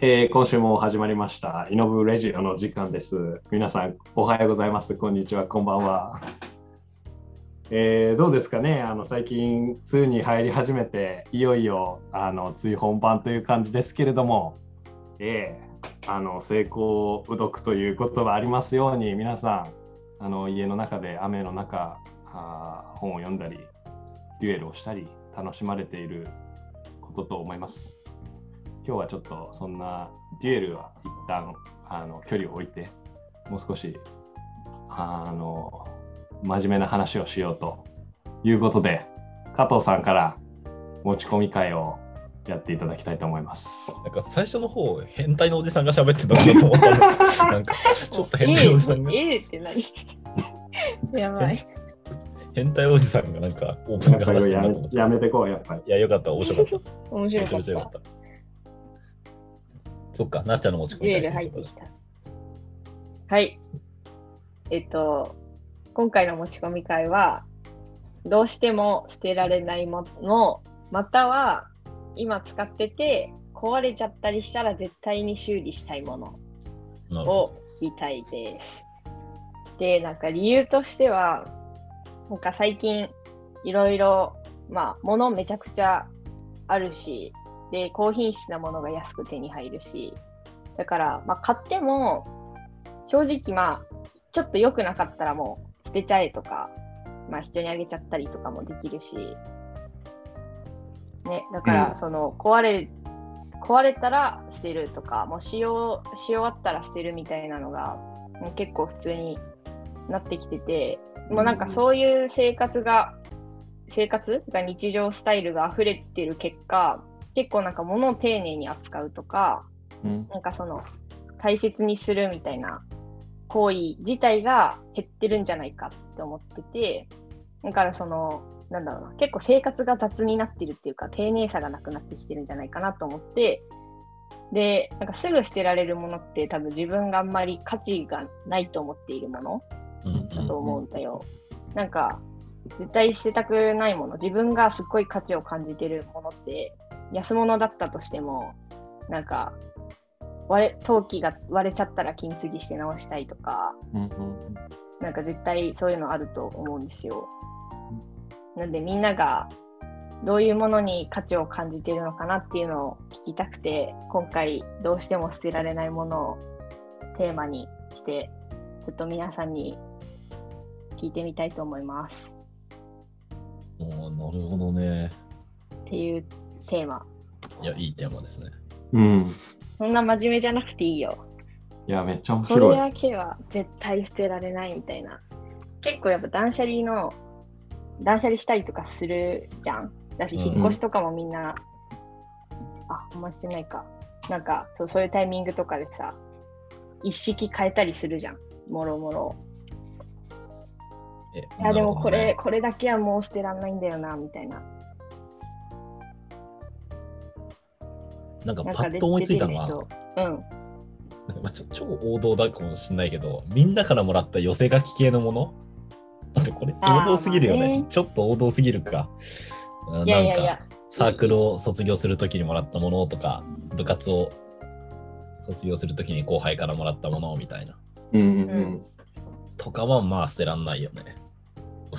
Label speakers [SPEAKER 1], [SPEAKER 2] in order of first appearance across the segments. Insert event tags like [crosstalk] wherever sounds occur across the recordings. [SPEAKER 1] えー今週も始まりましたイノブレジオの時間です。皆さんおはようございます。こんにちは。こんばんは。えーどうですかね。あの最近梅雨に入り始めていよいよあの梅雨本番という感じですけれども、えーあの成功うどくということがありますように皆さんあの家の中で雨の中あー本を読んだりデュエルをしたり楽しまれていることと思います。今日はちょっとそんなデュエルは一旦あの距離を置いてもう少しあの真面目な話をしようということで加藤さんから持ち込み会をやっていただきたいと思います。
[SPEAKER 2] なんか最初の方、変態のおじさんが喋ってたのかと思ったんだ
[SPEAKER 3] [laughs]
[SPEAKER 2] なんか、ちょっと変態のおじさんが、
[SPEAKER 3] A って
[SPEAKER 2] [laughs]
[SPEAKER 3] 何やばい。
[SPEAKER 2] 変態おじさんがなんかオープニング話してる
[SPEAKER 1] や
[SPEAKER 2] なと思っ
[SPEAKER 1] め
[SPEAKER 2] て。い
[SPEAKER 1] やめてこうやっぱり。
[SPEAKER 2] や、よかった、面白かっ
[SPEAKER 3] 面
[SPEAKER 2] た。めち
[SPEAKER 3] 白
[SPEAKER 2] ゃ
[SPEAKER 3] かっ
[SPEAKER 2] めちゃよか
[SPEAKER 3] た。
[SPEAKER 2] った。そっか、なっちゃんの持ち込
[SPEAKER 3] デュエ
[SPEAKER 2] み
[SPEAKER 3] ル
[SPEAKER 2] た
[SPEAKER 3] 入
[SPEAKER 2] い
[SPEAKER 3] っ
[SPEAKER 2] とい
[SPEAKER 3] て
[SPEAKER 2] うこ
[SPEAKER 3] きた。はい。えっと、今回の持ち込み会は、どうしても捨てられないもの、または今使ってて壊れちゃったりしたら絶対に修理したいもの
[SPEAKER 2] とでなるほ
[SPEAKER 3] を聞きたいです。で、なんか理由としては、なんか最近いろいろ、まあ、物めちゃくちゃあるし、で、高品質なものが安く手に入るし、だから、まあ、買っても、正直まあ、ちょっと良くなかったらもう捨てちゃえとか、まあ、人にあげちゃったりとかもできるし、ね、だか
[SPEAKER 1] うん
[SPEAKER 3] ら、その、壊れ、壊れたら捨てるとか、もう使用し終わったら捨てるみたいなのが、もう結構普通になってきてて、もうなんかそういう生活が、生活が日常スタイルが溢れてる結果、結構なんか物を丁寧に扱うとか、
[SPEAKER 1] うん
[SPEAKER 3] なんかその大切にするみたいな行為自体が減ってるんじゃないかって思っててだからそのなんだろうな結構生活が雑になってるっていうか丁寧さがなくなってきてるんじゃないかなと思ってでなんかすぐ捨てられるものって多分自分があんまり価値がないと思っているもの
[SPEAKER 2] ど。うん
[SPEAKER 3] だと思うんだよ。なんか絶対捨てたくないもの自分がすっごい価値を感じてるものって安物だったとしてもなんか割れ陶器が割れちゃったら金継ぎして直したいとか
[SPEAKER 1] うんうん
[SPEAKER 3] なんか絶対そういうのあると思うんですよ。なんでみんながどういうものに価値を感じてるのかなっていうのを聞きたくて今回どうしても捨てられないものをテーマにしてちょっと皆さんに聞いてみたいと思います
[SPEAKER 2] うんうんなるほどね。
[SPEAKER 3] っていうテーマ
[SPEAKER 2] いや、いいテーマですね。
[SPEAKER 1] うん。うん
[SPEAKER 3] そんな真面目じゃなくていいよ
[SPEAKER 1] いやめっちゃ面
[SPEAKER 3] これ
[SPEAKER 1] 白い。
[SPEAKER 3] だけは絶対捨てられないみたいな結構やっぱ断捨離の断捨離したりとかするじゃんだし
[SPEAKER 2] うん
[SPEAKER 3] 引っ越しとかもみんな、ああんましてないかなんかそうそういうタイミングとかでさ一式変えたりするじゃんもろもろ
[SPEAKER 2] え
[SPEAKER 3] いやでもこれ、。
[SPEAKER 2] なる
[SPEAKER 3] これだけはもう捨てらんないんだよなみたいな
[SPEAKER 2] ほどねなんか
[SPEAKER 3] なん
[SPEAKER 2] パ
[SPEAKER 3] か
[SPEAKER 2] ッと思いついたのは、
[SPEAKER 3] 人うん
[SPEAKER 2] なんかちょ超王道だかもしれないけど、みんなからもらった寄せ書き系のものだってこれ
[SPEAKER 3] あー
[SPEAKER 2] 王道すぎるよ
[SPEAKER 3] まあ
[SPEAKER 2] ね
[SPEAKER 3] ね。
[SPEAKER 2] ちょっと王道すぎるか。あ
[SPEAKER 3] いや
[SPEAKER 2] なん
[SPEAKER 3] いやい
[SPEAKER 2] か
[SPEAKER 3] や
[SPEAKER 2] サークルを卒業するときにもらったものとか、部活を卒業するときに後輩からもらったものみたいな。
[SPEAKER 1] うんうんうん。
[SPEAKER 2] とかはまあ捨てらんないよね。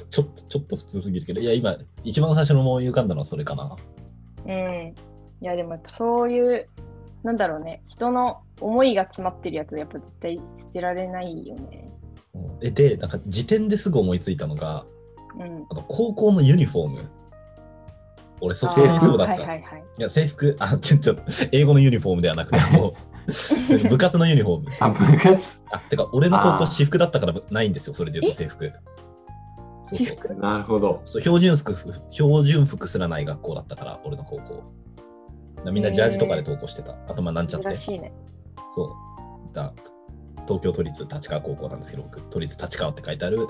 [SPEAKER 2] ちょっと、ちょっと普通すぎるけど、いや今、一番最初の思い浮かんだのはそれかな。
[SPEAKER 3] うん。いや、でもやっぱそういう、なんだろうね、人の思いが詰まってるやつ、やっぱ絶対捨てられないよね。
[SPEAKER 2] うんえで、なんか時点ですぐ思いついたのが、
[SPEAKER 3] うん。
[SPEAKER 2] あの高校のユニフォーム。俺ソフトテニス部だ
[SPEAKER 3] あ
[SPEAKER 2] っ
[SPEAKER 3] ー
[SPEAKER 2] た
[SPEAKER 3] は。いはいはい。
[SPEAKER 2] いや、制服、あ、ちょ、ちょ、英語のユニフォームではなく
[SPEAKER 3] [laughs]
[SPEAKER 2] て、もう、それ部活のユニフォーム。
[SPEAKER 1] あ部活。
[SPEAKER 2] あ、てか、俺の高
[SPEAKER 1] あー
[SPEAKER 2] 校、私服だったからないんですよ、それで言うと制服。そう
[SPEAKER 3] 私
[SPEAKER 2] そう
[SPEAKER 3] 服
[SPEAKER 1] なるほど。
[SPEAKER 2] そう標準服、標準服すらない学校だったから、俺の高校。なみんなジャージとかで登校してた。あと、まあ、なんちゃって
[SPEAKER 3] 珍。しいね。
[SPEAKER 2] そう。だ東京都立立川高校なんですけど、僕、都立立川って書いてある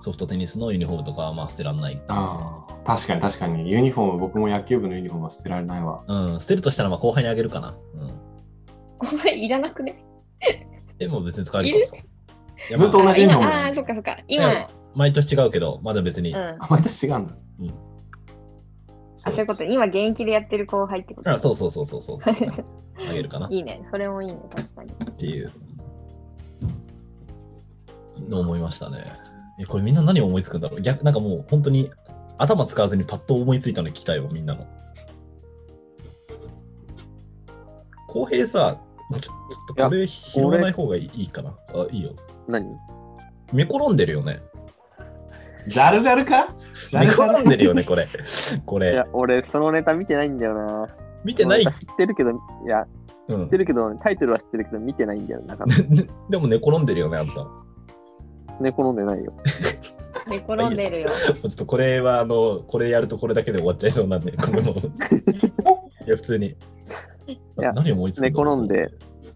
[SPEAKER 2] ソフトテニスのユニフォームとかはまあ捨てらんない。
[SPEAKER 1] ああ、確かに確かに。ユニフォーム、僕も野球部のユニフォームは捨てられないわ。
[SPEAKER 2] うん、捨てるとしたらまあ後輩にあげるかな。うん。
[SPEAKER 3] これいら [laughs] なくね
[SPEAKER 2] でも別に使えるかもさ。いや
[SPEAKER 1] ずっと
[SPEAKER 2] まあ
[SPEAKER 1] 同じユニ
[SPEAKER 3] あ
[SPEAKER 1] フォーム
[SPEAKER 3] 今あー、そっかそっか。
[SPEAKER 2] い
[SPEAKER 3] 今
[SPEAKER 2] や、毎年違うけど、まだ別に。
[SPEAKER 3] うん。あ、
[SPEAKER 1] あ、また違うんだ。
[SPEAKER 3] そういうこと。今、現役でやってる後輩ってこと。
[SPEAKER 2] あそうそうそうそう
[SPEAKER 3] [laughs]
[SPEAKER 2] そう。あげるかなっ
[SPEAKER 3] いいね。それもいいね。確かに。
[SPEAKER 2] ていう。の思いましたね。え、これみんな何を思いつくんだろう逆、なんかもう本当に頭使わずにパッと思いついたの聞きたいよ、みんなの。浩平さ、ちょちょっとこれ拾わない方がいいいいかな。あ、いいよ。
[SPEAKER 4] 何
[SPEAKER 2] 寝転んでるよね。
[SPEAKER 1] ジャルジャルかジャ
[SPEAKER 2] 寝
[SPEAKER 1] ルジャ
[SPEAKER 2] 転
[SPEAKER 1] ル
[SPEAKER 2] んでるよね、これ。こ
[SPEAKER 4] い
[SPEAKER 2] れ
[SPEAKER 4] や、、俺、そのネタ見てないんだよな。
[SPEAKER 2] 見てない
[SPEAKER 4] 俺。知ってるけど、いや、
[SPEAKER 2] う
[SPEAKER 4] 知
[SPEAKER 2] ん
[SPEAKER 4] ってるけど、タイトルは知ってるけど、見てないん
[SPEAKER 2] [laughs]
[SPEAKER 4] だよな。かな
[SPEAKER 2] でも寝転んでるよね、あんた。ち
[SPEAKER 4] 寝転んでないよ。
[SPEAKER 3] 寝転んでるよ。
[SPEAKER 2] ょっとこれは、あの、これやるとこれだけで終わっちゃいそうなんで、これも。いや、普通に。
[SPEAKER 4] いや
[SPEAKER 2] 何思いつく
[SPEAKER 4] 寝
[SPEAKER 2] だろ
[SPEAKER 4] 転
[SPEAKER 2] うん
[SPEAKER 4] で。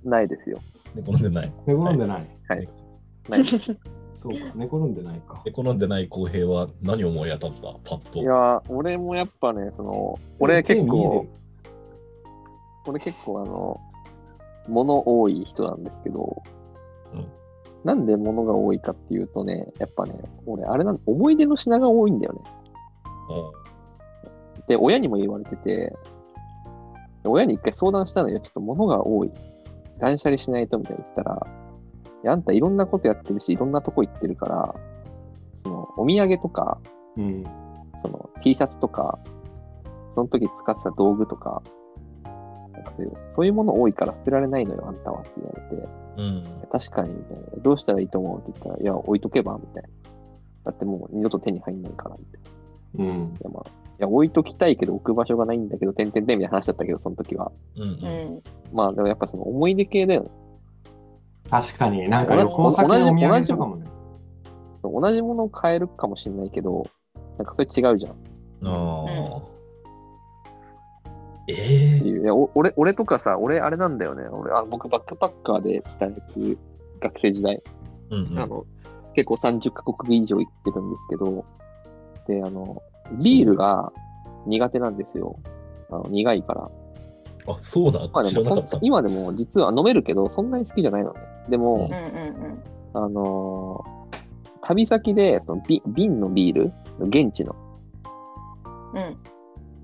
[SPEAKER 4] ないですよ。
[SPEAKER 2] 寝転んでない。
[SPEAKER 1] 寝転んでない。
[SPEAKER 4] ない
[SPEAKER 2] [laughs]
[SPEAKER 1] そうか、寝転んでないか。
[SPEAKER 2] 寝転んでない公平は何を思い当たったパッと。
[SPEAKER 4] いや、俺もやっぱね、その、俺結構、俺結構あの、物多い人なんですけど、
[SPEAKER 2] うん
[SPEAKER 4] なんで物が多いかっていうとね、やっぱね、俺、あれなん思い出の品が多いんだよね。
[SPEAKER 2] うん
[SPEAKER 4] で、親にも言われてて、で親に一回相談したのよ。ちょっと物が多い。断捨離しないとみたいに言ったら、いやあんたいろんなことやってるし、いろんなとこ行ってるから、その、お土産とか、
[SPEAKER 1] 見える
[SPEAKER 4] その T シャツとか、その時使ってた道具とか、なんかそういうそういうもの多いから捨てられないのよ、あんたはって言われて、
[SPEAKER 2] うん。
[SPEAKER 4] 確かにみたいな、どうしたらいいと思うって言ったら、いや、置いとけばみたいな。だってもう二度と手に入んないからみたいな。
[SPEAKER 1] うん。うん。
[SPEAKER 4] いや、まあ、いや置いときたいけど置く場所がないんだけど、てんてんてんみたいな話だったけど、その時は。
[SPEAKER 2] うん。
[SPEAKER 3] う
[SPEAKER 2] うん
[SPEAKER 3] ん。
[SPEAKER 4] まあ、でもやっぱその思い出系だよね。
[SPEAKER 1] 確かに、なんか旅行先
[SPEAKER 4] 同じ
[SPEAKER 1] のお土産とかもね。
[SPEAKER 4] その同じものを買えるかもしれないけど、なんかそれ違うじゃん。っ
[SPEAKER 2] あー
[SPEAKER 3] う
[SPEAKER 2] え
[SPEAKER 4] て
[SPEAKER 2] え
[SPEAKER 4] いう。いや、お俺、俺とかさ、俺あれなんだよね。俺、あの僕バックパッカーで大学、学生時代。
[SPEAKER 2] うんうん
[SPEAKER 4] あの、結構30カ国以上行ってるんですけど、で、あの、ビールが苦手なんですよ。あの苦いから。
[SPEAKER 2] あ、そう
[SPEAKER 4] まあ
[SPEAKER 2] だ。
[SPEAKER 4] で
[SPEAKER 2] 知
[SPEAKER 4] も
[SPEAKER 2] らなか
[SPEAKER 4] そ
[SPEAKER 2] った
[SPEAKER 4] ん、。今でも実は飲めるけど、そんなに好きじゃないのね。でも、
[SPEAKER 3] うんうん
[SPEAKER 4] あのー旅先でそのび瓶のビール、現地の
[SPEAKER 3] うん。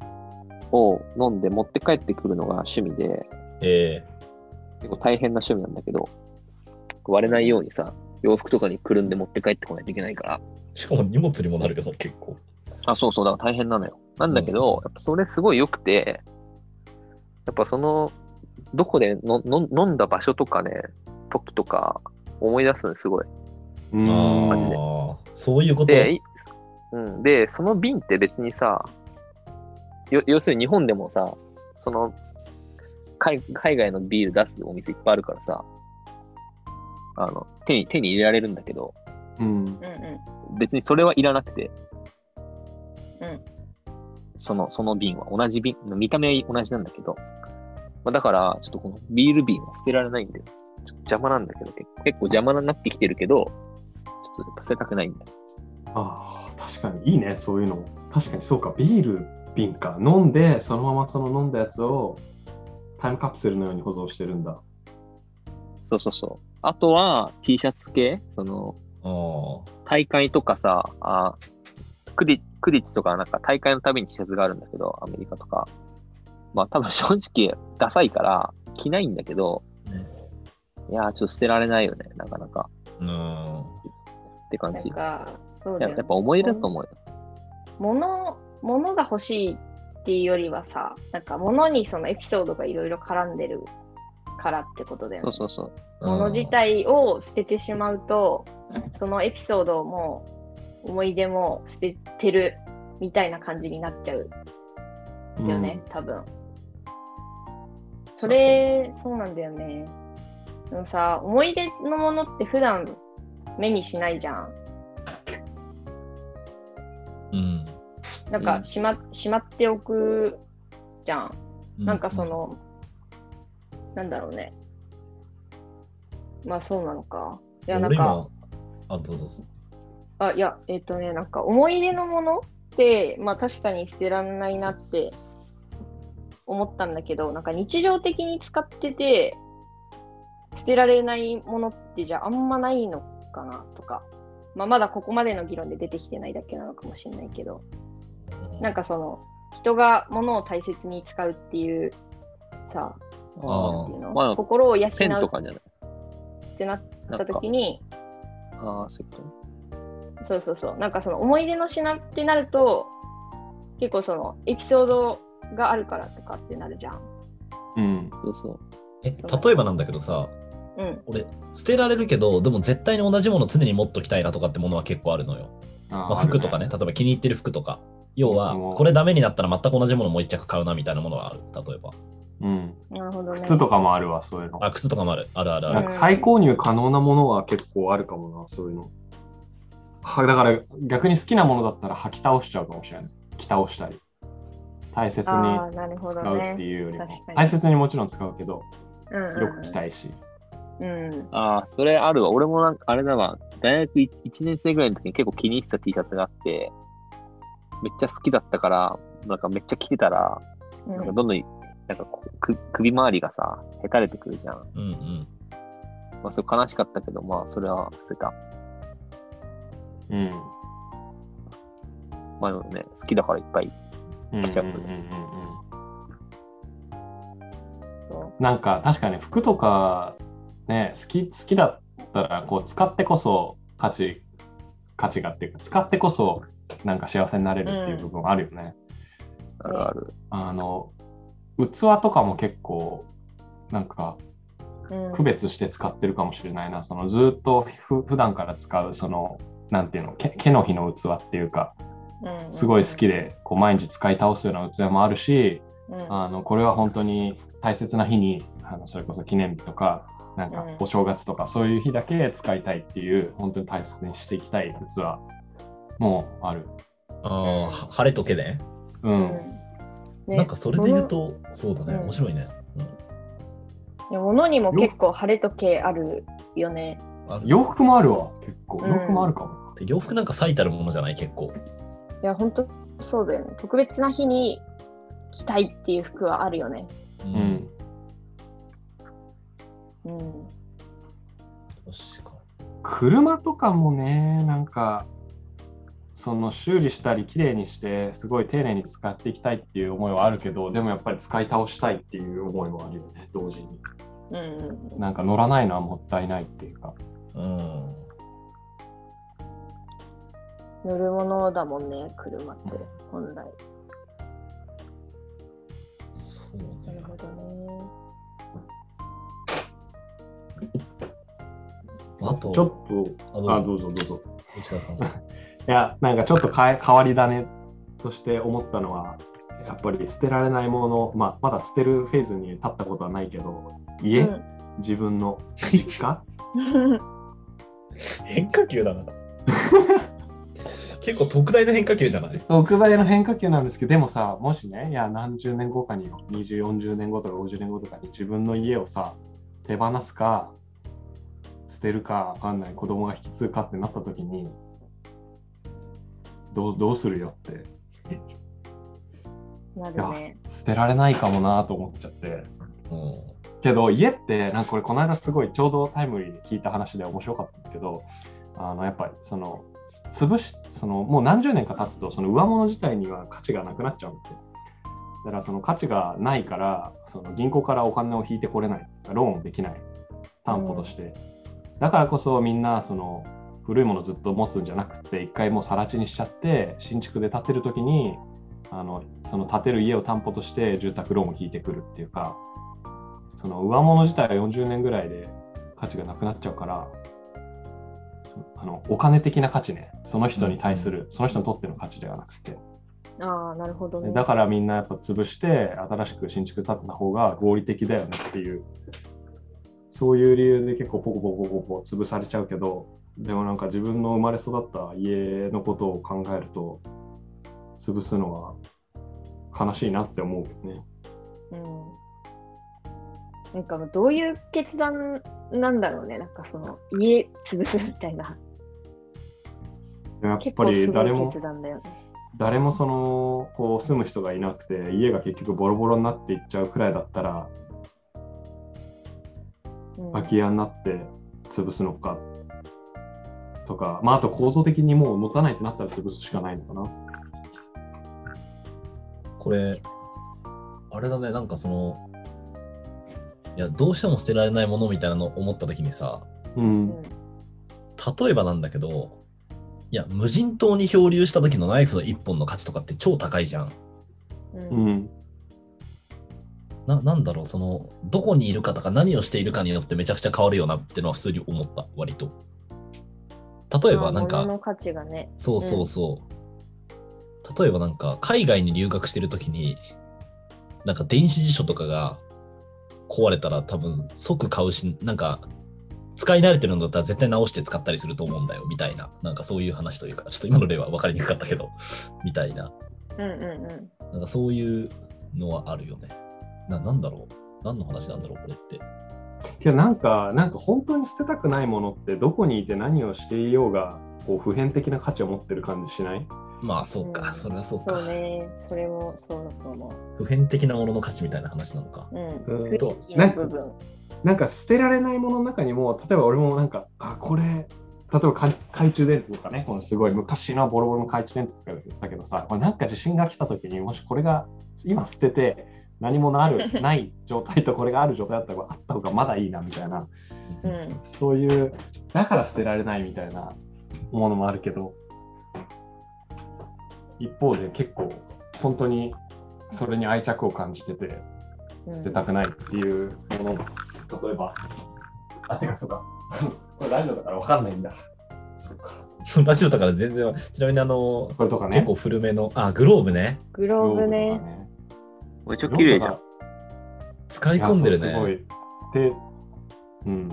[SPEAKER 3] うん。
[SPEAKER 4] を飲んで持って帰ってくるのが趣味で、
[SPEAKER 2] ええ
[SPEAKER 4] 結構大変な趣味なんだけど、割れないようにさ、洋服とかにくるんで持って帰ってこないといけないから、
[SPEAKER 2] しかも荷物にもなるよな、結構。
[SPEAKER 4] あ、そうそう、だから大変なのよ。なんだけど、やっぱそれすごい良くて、やっぱその、どこでのの飲んだ場所とかね、時とか思い出すのすごい。
[SPEAKER 1] う
[SPEAKER 2] あ
[SPEAKER 1] ーん。
[SPEAKER 2] あ、そういうこと。
[SPEAKER 4] で、いうん、で、その瓶って別にさ、よ要するに日本でもさ、その海、海外のビール出すお店いっぱいあるからさ、あの、手に、手に入れられるんだけど、
[SPEAKER 1] うん。
[SPEAKER 3] うんうん。
[SPEAKER 4] 別にそれはいらなくて、
[SPEAKER 3] うん
[SPEAKER 4] そのその瓶は同じ瓶見た目は同じなんだけど、まあ、だからちょっとこのビール瓶は捨てられないんだよちょっと邪魔なんだけど結構結構邪魔になってきてるけどちょっとやっぱ捨てたくないんだよ
[SPEAKER 1] ああ、確かにいいね、そういうの。確かにそうか、ビール瓶か。飲んで、そのままその飲んだやつをタイムカプセルのように保存してるんだ。
[SPEAKER 4] そうそうそうあとは T シャツ系その
[SPEAKER 2] あー
[SPEAKER 4] 大会とかさあクリクリッチとかなんか大会のたびに T シャツがあるんだけどアメリカとかまあ多分 [laughs] 正直ダサいから着ないんだけど、いやーちょっと捨てられないよねなかなか
[SPEAKER 2] うん。
[SPEAKER 4] って感
[SPEAKER 3] な
[SPEAKER 4] じ
[SPEAKER 3] んか、そう
[SPEAKER 4] や
[SPEAKER 3] だ
[SPEAKER 4] や
[SPEAKER 3] よ
[SPEAKER 4] っ
[SPEAKER 3] ね
[SPEAKER 4] ぱ。思い出だと思うよ。
[SPEAKER 3] 物、物が欲しいっていうよりはさ、なんか物にそのエピソードがいろいろ絡んでるからってことだよね。
[SPEAKER 4] そうそうそう。
[SPEAKER 3] 物自体を捨ててしまうとそのエピソードも思い出も捨ててるみたいな感じになっちゃうよね、多分それそうなんだよねでもさ思い出のものって普段目にしないじゃん
[SPEAKER 2] うん。
[SPEAKER 3] なん
[SPEAKER 4] う
[SPEAKER 3] か
[SPEAKER 4] ん
[SPEAKER 3] しま,、しまっておくじゃん
[SPEAKER 2] う
[SPEAKER 3] なんかそ、の、なんだろうねまあそうなのかい
[SPEAKER 2] い
[SPEAKER 3] や
[SPEAKER 2] や、な
[SPEAKER 3] な
[SPEAKER 2] んん
[SPEAKER 3] か
[SPEAKER 2] か。あ、どうぞどうぞ。
[SPEAKER 3] あいや、えっ、とね、なんか思い出のものって、まあ確かに捨てらんないなって思ったんだけど、なんか日常的に使ってて、捨てられないものってじゃああんまないのかなとか、まあまだここまでの議論で出てきてないだけなのかもしれないけど、なんかその、人が物を大切に使うっていう、さ、
[SPEAKER 2] あ
[SPEAKER 4] あ
[SPEAKER 2] ー
[SPEAKER 3] っていうの、
[SPEAKER 4] まあ
[SPEAKER 3] 心を養う
[SPEAKER 4] ペンとか
[SPEAKER 3] っ
[SPEAKER 4] じゃない
[SPEAKER 3] てなった時に、
[SPEAKER 4] ああ、そういうこ
[SPEAKER 3] そうそうそう。なんかその思い出の品ってなると、結構そのエピソードがあるからとかってなるじゃん。
[SPEAKER 1] うん。
[SPEAKER 4] と。そうそう。
[SPEAKER 2] え例えばなんだけどさ
[SPEAKER 3] うん。
[SPEAKER 2] 俺捨てられるけどでも絶対に同じもの常に持っときたいなとかってものは結構あるのよ、まあ、
[SPEAKER 1] あ
[SPEAKER 2] 服とかね。例えば気に入ってる服とか要は
[SPEAKER 1] うん
[SPEAKER 2] これダメになったら全く同じものもう一着買うなみたいなものはある例えば
[SPEAKER 1] うん。
[SPEAKER 3] なるほどね。
[SPEAKER 1] 靴とかもあるわ、そういうの。
[SPEAKER 2] あ靴とかもあるあるあるあ
[SPEAKER 1] な
[SPEAKER 2] る
[SPEAKER 1] んか再購入可能なものは結構あるかもな、そういうの。はだから逆に好きなものだったら履き倒しちゃうかもしれない。着倒したり。大切に
[SPEAKER 3] ああ、なるほど
[SPEAKER 1] 使うって
[SPEAKER 3] ね。
[SPEAKER 1] いうよりも、
[SPEAKER 3] 確かに
[SPEAKER 1] 大切にもちろん使うけど、
[SPEAKER 3] うんうんうん
[SPEAKER 1] よく着たいし。
[SPEAKER 3] うん。
[SPEAKER 4] ああ、それあるわ。俺もなんかあれだわ。大学1年生ぐらいの時に結構気に入ってた T シャツがあって、めっちゃ好きだったから、なんかめっちゃ着てたら、
[SPEAKER 3] うん
[SPEAKER 4] なんかどんどん、なんかこうく首周りがさ、へたれてくるじゃん。
[SPEAKER 2] うんうん
[SPEAKER 4] まあ、それ悲しかったけど、まあ、それは捨てた。
[SPEAKER 1] うん。
[SPEAKER 4] まあ、でもね、好きだからいっぱい。
[SPEAKER 1] うんうんうんうん
[SPEAKER 4] 着ちゃう
[SPEAKER 1] うん
[SPEAKER 3] そ
[SPEAKER 1] なんか確かに服とかね好き好きだったらこう使ってこそ価値価値がっていうか使ってこそなんか幸せになれるっていう部分あるよね。
[SPEAKER 4] あるある。
[SPEAKER 1] あの器とかも結構なんか
[SPEAKER 3] ううん
[SPEAKER 1] 区別して使ってるかもしれないなそのずっとふ普段から使うそのなんていうのけ毛の日の器っていうかすごい好き。でこう毎日使い倒すような器もあるし
[SPEAKER 3] うんうんうん
[SPEAKER 1] あのこれは本当に大切な日にあのそれこそ記念日とかなんか
[SPEAKER 3] うん
[SPEAKER 1] お正月とかそういう日だけ使いたいっていう本当に大切にしていきたい器もある。
[SPEAKER 2] ああ晴れとけね
[SPEAKER 1] う、
[SPEAKER 3] うんんね
[SPEAKER 2] なんかそれで言うとそうだね
[SPEAKER 3] うん
[SPEAKER 2] 面白いね、
[SPEAKER 3] そのいや物にも結構晴れとけあるよね。
[SPEAKER 2] うん、あ
[SPEAKER 1] 洋服もあるわ結構
[SPEAKER 3] うん
[SPEAKER 1] 洋服もあるかも。
[SPEAKER 2] で洋服なんか最たるものじゃない結構
[SPEAKER 3] いや、本当そうだよね。特別な日に着たいっていう服はあるよね。
[SPEAKER 2] う
[SPEAKER 1] うん
[SPEAKER 3] うん。
[SPEAKER 2] 確か
[SPEAKER 1] 車とかもねなんかその修理したり綺麗にしてすごい丁寧に使っていきたいっていう思いはあるけどでもやっぱり使い倒したいっていう思いもあるよね同時に
[SPEAKER 3] うんうん
[SPEAKER 1] なんか乗らないのはもったいないっていうか
[SPEAKER 2] にうん
[SPEAKER 3] 乗るものだもんね、車って、本来。
[SPEAKER 2] そう
[SPEAKER 3] な
[SPEAKER 2] ね
[SPEAKER 3] るほどね。
[SPEAKER 2] あと
[SPEAKER 1] ちょっと
[SPEAKER 2] あどうぞ
[SPEAKER 1] あどうぞどうぞ
[SPEAKER 2] 内田さんあ
[SPEAKER 1] いや、なんかちょっとかえ変わり種として思ったのは、やっぱり捨てられないもの、まあ、まだ捨てるフェーズに立ったことはないけど、家、
[SPEAKER 3] うん
[SPEAKER 1] 自分の実家
[SPEAKER 2] 変化球だな結構特大な変化球じゃない
[SPEAKER 1] 特大の変化球なんですけど、でもさ、もしね、いや、何十年後かに、20、40年後とか50年後とかに自分の家をさ、手放すか、捨てるか分かんない、子供が引き継ぐかってなった時に、どうどうするよって、
[SPEAKER 3] [laughs] ない
[SPEAKER 1] や
[SPEAKER 3] るね。、
[SPEAKER 1] 捨てられないかもなと思っちゃって。
[SPEAKER 2] うん
[SPEAKER 1] けど家ってなんかこれこの間すごいちょうどタイムリーで聞いた話で面白かったんだけどあのやっぱりその潰しそのもう何十年か経つとその上物自体には価値がなくなっちゃうんですよだからその価値がないからその銀行からお金を引いてこれないローンできない担保として、だからこそみんなその古いものずっと持つんじゃなくて一回もう更地にしちゃって新築で建てる時にあのその建てる家を担保として住宅ローンを引いてくるっていうかその上物自体は40年ぐらいで価値がなくなっちゃうからそあのお金的な価値ねその人に対する、その人にとっての価値ではなくて、
[SPEAKER 3] ああ、なるほどね。
[SPEAKER 1] だからみんなやっぱ潰して新しく新築建てた方が合理的だよねっていうそういう理由で結構ポコポコポコポコ潰されちゃうけどでもなんか自分の生まれ育った家のことを考えると潰すのは悲しいなって思うけどね。
[SPEAKER 3] うん、なんかもうどういう決断なんだろうね。なんかその、家潰すみたいな。
[SPEAKER 1] やっ
[SPEAKER 3] 結
[SPEAKER 1] ぱ
[SPEAKER 3] 構
[SPEAKER 1] り
[SPEAKER 3] すご
[SPEAKER 1] 誰
[SPEAKER 3] い
[SPEAKER 1] も
[SPEAKER 3] 決断だよね。
[SPEAKER 1] 誰もそのこう住む人がいなくて家が結局ボロボロになっていっちゃうくらいだったら
[SPEAKER 3] うん
[SPEAKER 1] 空き家になって潰すのかとか、まあ、あと構造的にもう持たないってなったら潰すしかないのかな。
[SPEAKER 2] これ、あれだね、なんかその、いや、どうしても捨てられないものみたいなのを思ったときにさ、
[SPEAKER 1] うん、
[SPEAKER 2] 例えばなんだけど、いや、無人島に漂流した時のナイフの1本の価値とかって超高いじゃん。
[SPEAKER 3] うん
[SPEAKER 1] う
[SPEAKER 3] うん
[SPEAKER 1] ん、
[SPEAKER 2] ななんだろう、その、どこにいるかとか何をしているかによってめちゃくちゃ変わるよなってのは普通に思った、割と。例えばなん
[SPEAKER 3] ま
[SPEAKER 2] か
[SPEAKER 3] あ、物の価値がね。
[SPEAKER 2] そうそうそう。例えばなんか、海外に留学してるときに、なんか電子辞書とかが壊れたら多分即買うし、なんか、使い慣れてるんだったら絶対直して使ったりすると思うんだよ、みたいな。なんかそういう話というか、ちょっと今の例は分かりにくかったけど、みたいな。
[SPEAKER 3] うんうんうん。
[SPEAKER 2] なんかそういうのはあるよね。な、なんだろう何の話なんだろうこれって。
[SPEAKER 1] いやなんかなんか本当に捨てたくないものってどこにいて何をしていようがこう普遍的な価値を持ってる感じしない
[SPEAKER 2] まあそう
[SPEAKER 3] う
[SPEAKER 2] か、
[SPEAKER 3] ん
[SPEAKER 2] それはそうか。
[SPEAKER 3] そうね、それもそうだと思
[SPEAKER 2] 普遍的なものの価値みたいな話なのか。
[SPEAKER 3] う。うん。
[SPEAKER 1] うん
[SPEAKER 3] 雰囲
[SPEAKER 2] と
[SPEAKER 3] 気の部分。
[SPEAKER 1] なんか捨てられないものの中にも例えば俺もなんかあこれ例えばか懐中電灯とかねこのすごい昔のボロボロの懐中電灯とかだけどさこれなんか地震が来た時にもしこれが今捨てて何もなるない状態とこれがある状態だったらあった方がまだいいなみたいな
[SPEAKER 3] うん。
[SPEAKER 1] そういうだから捨てられないみたいなものもあるけど一方で結構本当にそれに愛着を感じてて
[SPEAKER 3] うん
[SPEAKER 1] 捨てたくないっていうものも、例えば、あ、てか、そうか、 [laughs] これラジオだからわかんないんだ。そっか。
[SPEAKER 2] そのラジオだから全然、ちなみにあの、
[SPEAKER 1] これとかね。
[SPEAKER 2] 結構古めの、あ、グローブね。
[SPEAKER 3] グローブね。
[SPEAKER 4] めっちゃ綺麗じゃん。
[SPEAKER 2] 使い込んでる
[SPEAKER 1] いやそう
[SPEAKER 2] ね。
[SPEAKER 1] すごい。で、うん。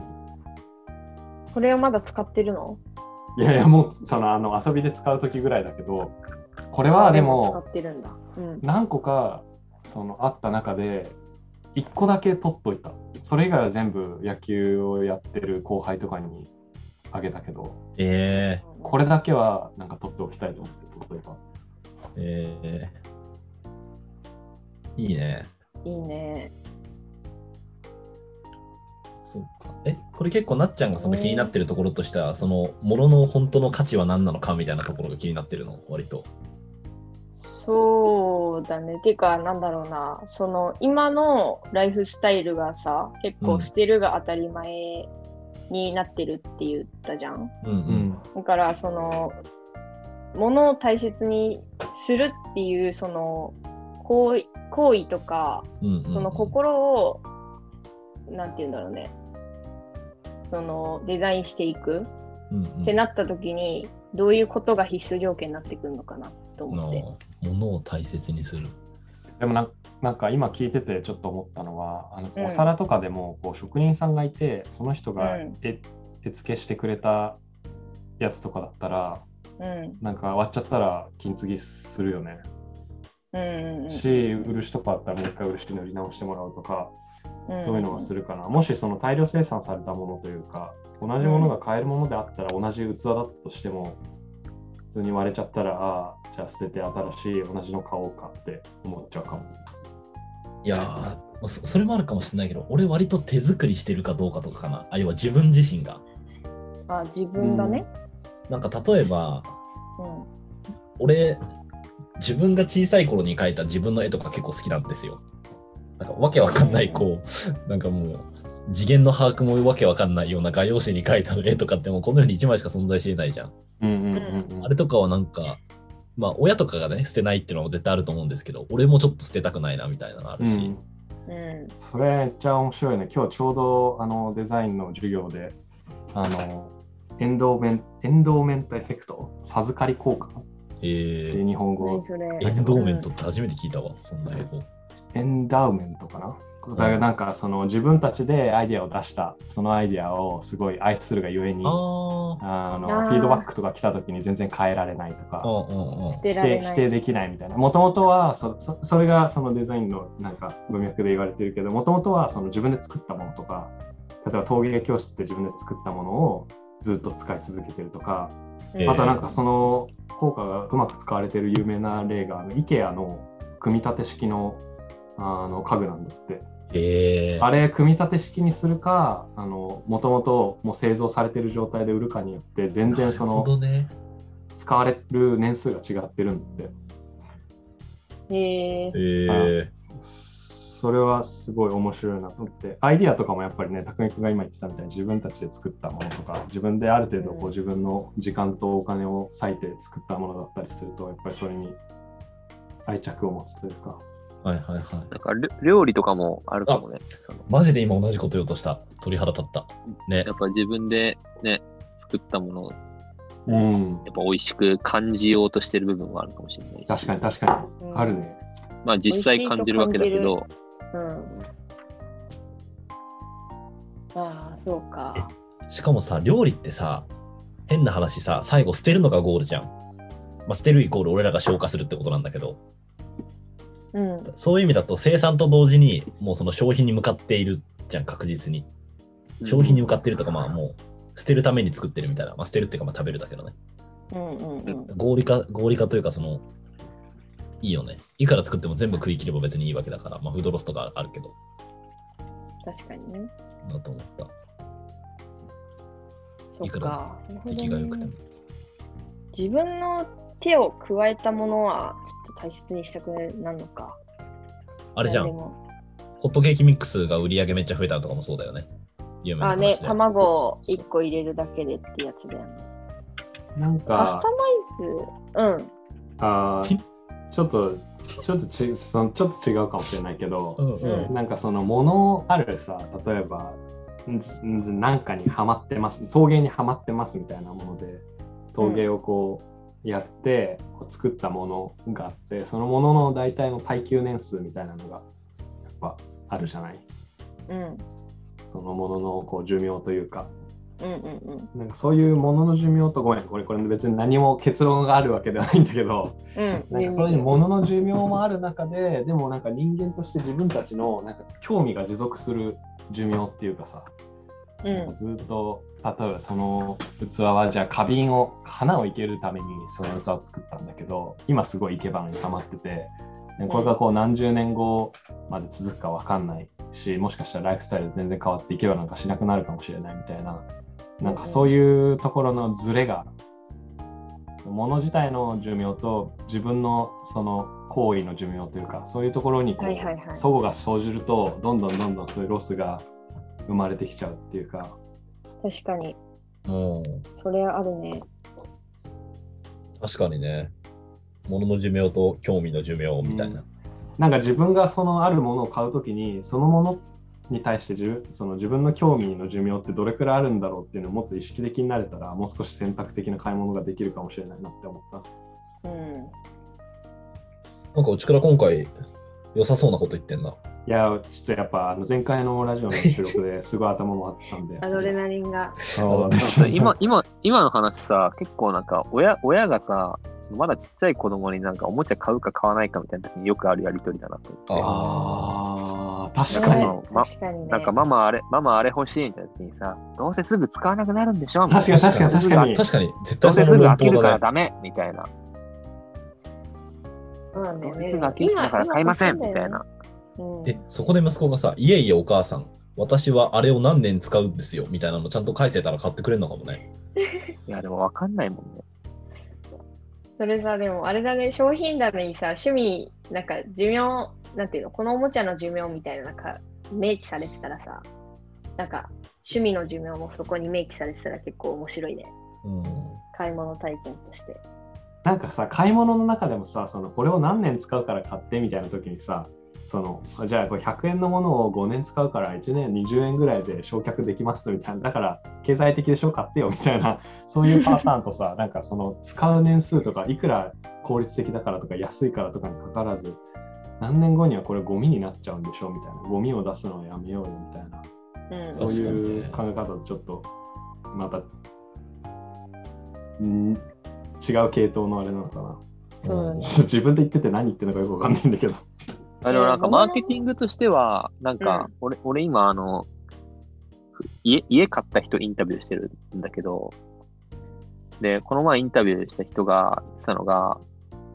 [SPEAKER 3] これをまだ使ってるの
[SPEAKER 1] いやいや、もう、その、あの、遊びで使う時ぐらいだけど、これはでも、
[SPEAKER 3] 使ってるんだ。うん。
[SPEAKER 1] 何個か、その、あった中で、1個だけ取っといた。それ以外は全部野球をやってる後輩とかにあげたけど、
[SPEAKER 2] え
[SPEAKER 1] これだけはなんか取っておきたいと思って取っといた。
[SPEAKER 2] ー、えー、いいね。
[SPEAKER 3] いいね。
[SPEAKER 2] そっか。え、これ結構なっちゃんがその気になってるところとしては、その、ものの本当の価値は何なのかみたいなところが気になってるの、割と。
[SPEAKER 3] そうだね。てか、なんだろうな。その、今のライフスタイルがさ、結
[SPEAKER 2] う
[SPEAKER 3] 構
[SPEAKER 2] ん
[SPEAKER 3] 捨てるが当たり前になってるって言ったじゃん。
[SPEAKER 2] うんうん。
[SPEAKER 3] だから、その、物を大切にするっていう、その、行為行為とか、
[SPEAKER 2] うんうんうん
[SPEAKER 3] その心を、なんて言うんだろうね。その、デザインしていく。
[SPEAKER 2] うんうん
[SPEAKER 3] ってなった時にどういうことが必須条件になってくるのかなと思って。
[SPEAKER 2] のものを大切にする。
[SPEAKER 1] でもなんなんか今聞いててちょっと思ったのはあの
[SPEAKER 3] うん
[SPEAKER 1] お皿とかでもこう職人さんがいてその人が
[SPEAKER 3] うん
[SPEAKER 1] 絵手付けしてくれたやつとかだったら
[SPEAKER 3] うん
[SPEAKER 1] なんか割っちゃったら金継ぎするよね、
[SPEAKER 3] うんうん
[SPEAKER 1] し漆とかだったらもう一回漆塗り直してもらうとか
[SPEAKER 3] うん
[SPEAKER 1] そういうのはするかなもしその大量生産されたものというか同じものが買えるものであったら同じ器だったとしても普通に割れちゃったらああじゃあ捨てて新しい同じの買おうかって思っちゃうかも。
[SPEAKER 2] いやーそそれもあるかもしれないけど、俺割と手作りしてるかどうかとかかな。あ、要は自分自身が。
[SPEAKER 3] あ自分がね。
[SPEAKER 2] なんか例えば、
[SPEAKER 3] うん
[SPEAKER 2] 俺自分が小さい頃に描いた自分の絵とか結構好きなんですよ。なんかわけわかんないこうなんかもう次元の把握もわけわかんないような画用紙に描いた絵とかってもうこの世に1枚しか存在していないじゃん。
[SPEAKER 1] うんうんうんうん
[SPEAKER 2] あれとかはなんかまあ親とかがね捨てないっていうのも絶対あると思うんですけど俺もちょっと捨てたくないなみたいなのあるし、
[SPEAKER 1] うん
[SPEAKER 3] うん
[SPEAKER 1] それめっちゃ面白いね。今日ちょうどあのデザインの授業で、あのエンドーメンエンドーメントエフェクト、授かり効果っ
[SPEAKER 2] え
[SPEAKER 1] て
[SPEAKER 2] ー
[SPEAKER 1] 日本語
[SPEAKER 3] 何、それ。
[SPEAKER 2] エンドーメントって初めて聞いたわそんな英語。
[SPEAKER 1] エンダウメントかな。だからなんかその自分たちでアイデアを出した、そのアイデアをすごい愛するがゆえに、
[SPEAKER 2] あ
[SPEAKER 1] あの
[SPEAKER 3] あー
[SPEAKER 1] フィードバックとか来た時に全然変えられないと
[SPEAKER 2] あ
[SPEAKER 1] か、
[SPEAKER 2] ーうんうんうん
[SPEAKER 3] 捨て
[SPEAKER 1] 否
[SPEAKER 3] られ
[SPEAKER 1] 定
[SPEAKER 3] な
[SPEAKER 1] 否
[SPEAKER 3] い。
[SPEAKER 1] 定できないみたいな。もともとはそそ、それがそのデザインのなんか文脈で言われてるけど、もともとはその自分で作ったものとか、例えば陶芸教室って自分で作ったものをずっと使い続けてるとか、
[SPEAKER 3] うん
[SPEAKER 2] えー
[SPEAKER 1] あとなんかその効果がうまく使われてる有名な例があの IKEA の組み立て式のあの家具なんだって
[SPEAKER 2] えー、
[SPEAKER 1] あれ組み立て式にするかもともともう製造されてる状態で売るかによって全然そ
[SPEAKER 2] なる
[SPEAKER 1] の
[SPEAKER 2] ほどね。
[SPEAKER 1] 使われる年数が違ってるんで
[SPEAKER 3] え
[SPEAKER 2] え
[SPEAKER 3] ー
[SPEAKER 2] ー、
[SPEAKER 1] それはすごい面白いなと思ってアイディアとかもやっぱりね匠君が今言ってたみたいに自分たちで作ったものとか自分である程度こう
[SPEAKER 3] う
[SPEAKER 1] ん自分の時間とお金を割いて作ったものだったりするとやっぱりそれに愛着を持つというか
[SPEAKER 2] はいはいはい。
[SPEAKER 4] なんかりょ料理とかもあるかもね。その
[SPEAKER 2] マジで今同じこと言おうとした。鳥肌立った。ね
[SPEAKER 4] や。っぱ自分でね、作ったものをや
[SPEAKER 1] うん
[SPEAKER 4] っぱ美味しく感じようとしてる部分はあるかもしれないし。
[SPEAKER 1] 確かに確かに
[SPEAKER 3] うん
[SPEAKER 1] あるね
[SPEAKER 4] まあ実際感じるわけだけど、
[SPEAKER 3] うん。ああ、そうか。
[SPEAKER 2] しかもさ、料理ってさ、変な話さ、最後捨てるのがゴールじゃん。まあ、捨てるイコール俺らが消化するってことなんだけど、
[SPEAKER 3] うん。
[SPEAKER 2] そういう意味だと生産と同時に、もうその消費に向かっているじゃん、確実に。消費に向かってるとか、まあもう、捨てるために作ってるみたいな。まあ、捨てるっていうか、まあ食べるだけどね。
[SPEAKER 3] うんうんうん。
[SPEAKER 2] 合理化、合理化というか、その、いいよね。いくら作っても全部食い切れば別にいいわけだから、まあフードロスとかあるけど、
[SPEAKER 3] 確かにね。
[SPEAKER 2] なと思った。
[SPEAKER 3] そ
[SPEAKER 2] いうく
[SPEAKER 3] か。
[SPEAKER 2] 出来が良くても。
[SPEAKER 3] 自分の手を加えたものはちょっと大切にしたくなるのか。
[SPEAKER 2] あれじゃん
[SPEAKER 3] で、も
[SPEAKER 2] ホットケーキミックスが売り上げめっちゃ増えたとかもそうだよね。有名な
[SPEAKER 3] あ
[SPEAKER 2] 話で
[SPEAKER 3] ね、卵を1個入れるだけでってやつだよね。
[SPEAKER 1] なん
[SPEAKER 3] カス
[SPEAKER 1] か
[SPEAKER 3] タマイズ、うん。
[SPEAKER 1] あーちょっとちょっとちそのちょっと違うかもしれないけど
[SPEAKER 2] うんうん
[SPEAKER 3] う
[SPEAKER 1] なんかその物あるさ例えばんんなんかにはまってます陶芸にはまってますみたいなもので陶芸をこうやって、こう作ったものがあってそのものの大体の耐久年数みたいなのがやっぱあるじゃない
[SPEAKER 3] うん。
[SPEAKER 1] そのもののこう寿命というか
[SPEAKER 3] うんうんうん。
[SPEAKER 1] なんかそういうものの寿命とごめんこれこれ別に何も結論があるわけではないんだけど
[SPEAKER 3] うん。
[SPEAKER 1] なんかそういうものの寿命もある中で、でもなんか人間として自分たちのなんか興味が持続する寿命っていうかさ、
[SPEAKER 3] う
[SPEAKER 1] なんか
[SPEAKER 3] ん。
[SPEAKER 1] ずっと例えばその器はじゃあ花瓶を花を生けるためにその器を作ったんだけど、今すごい生け花にハマってて、でこれがこう何十年後まで続くかわかんないし、もしかしたらライフスタイル全然変わっていけばなんかしなくなるかもしれないみたいな、なんかそういうところのズレが物自体の寿命と自分のその行為の寿命というかそういうところにこう、
[SPEAKER 3] はいはいはい
[SPEAKER 1] 齟齬が生じるとどんどんどんどんそういうロスが生まれてきちゃうっていうか
[SPEAKER 3] 確かに、
[SPEAKER 2] もうん
[SPEAKER 3] それあるね。
[SPEAKER 2] 確かにね。ものの寿命と興味の寿命みたいな。
[SPEAKER 1] なんか自分がそのあるものを買うときにそのものに対して自その自分の興味の寿命ってどれくらいあるんだろうっていうのをもっと意識的になれたらもう少し選択的な買い物ができるかもしれないなって思った。
[SPEAKER 3] うん。
[SPEAKER 2] なんかうちから今回、良さそうなこと言ってんな。
[SPEAKER 1] いやちょっとやっぱあの前回のラジオの収録ですごい頭回ってたんで
[SPEAKER 3] アドレナリンが。
[SPEAKER 1] そうで
[SPEAKER 4] だ
[SPEAKER 1] す [laughs]
[SPEAKER 4] って今、今、今の話さ、結構なんか、親、親がさ、そのまだちっちゃい子供になんかおもちゃ買うか買わないかみたいな時によくあるやりとりだなと思っ
[SPEAKER 1] ああ、
[SPEAKER 4] し
[SPEAKER 1] 確
[SPEAKER 4] か
[SPEAKER 1] か
[SPEAKER 4] も
[SPEAKER 1] に。
[SPEAKER 4] ねま
[SPEAKER 3] 確かに
[SPEAKER 4] て。
[SPEAKER 3] ね。
[SPEAKER 4] なんかママあれ、ママあれ欲しいみたいな時にさ、どうせすぐ使わなくなるんでしょみたい
[SPEAKER 1] 確か
[SPEAKER 4] な。
[SPEAKER 1] に確かに確かに。
[SPEAKER 2] 確かに、絶
[SPEAKER 4] どう
[SPEAKER 2] 対
[SPEAKER 4] せすぐ
[SPEAKER 2] の
[SPEAKER 4] 飽きるから
[SPEAKER 2] ね。
[SPEAKER 4] ダメみたいな。
[SPEAKER 3] そうなんだ
[SPEAKER 4] ど
[SPEAKER 3] よ
[SPEAKER 4] うせ
[SPEAKER 3] ね。
[SPEAKER 4] すぐ飽きるだから買いませんみたいな。。
[SPEAKER 3] 今
[SPEAKER 2] え、そこで息子がさ、いえいえお母さん、私はあれを何年使うんですよみたいなのちゃんと返せたら買ってくれるのかもね。
[SPEAKER 4] いや、でもわかんないもんね。
[SPEAKER 3] それさ、でもあれだね、商品棚にさ、趣味、なんか寿命、なんていうの、このおもちゃの寿命みたいな、なんか明記されてたらさ、なんか趣味の寿命もそこに明記されてたら結構面白いね。
[SPEAKER 2] うん。
[SPEAKER 3] 買い物体験として。
[SPEAKER 1] なんかさ、買い物の中でもさ、そのこれを何年使うから買ってみたいな時にさ、そのじゃあこれ100円のものを5年使うから1年20円ぐらいで焼却できますみたいなだから経済的でしょ買ってよみたいなそういうパターンとさなんかその使う年数とかいくら効率的だからとか安いからとかにかかわらず何年後にはこれゴミになっちゃうんでしょみたいなゴミを出すのをやめようよみたいな
[SPEAKER 3] うん。
[SPEAKER 1] そういう
[SPEAKER 2] 確
[SPEAKER 1] 考
[SPEAKER 2] か
[SPEAKER 1] え方とちょっとまた、ん違う系統のあれなのかな。
[SPEAKER 3] そうだね
[SPEAKER 1] ちょっと自分で言ってて何言ってるのかよくわかんないんだけど。
[SPEAKER 4] あでもな
[SPEAKER 3] え
[SPEAKER 4] んか
[SPEAKER 3] ーどう
[SPEAKER 4] マーケティングとしては、なんか俺、俺今あの、家、家買った人インタビューしてるんだけど、で、この前インタビューした人が言ってたのが、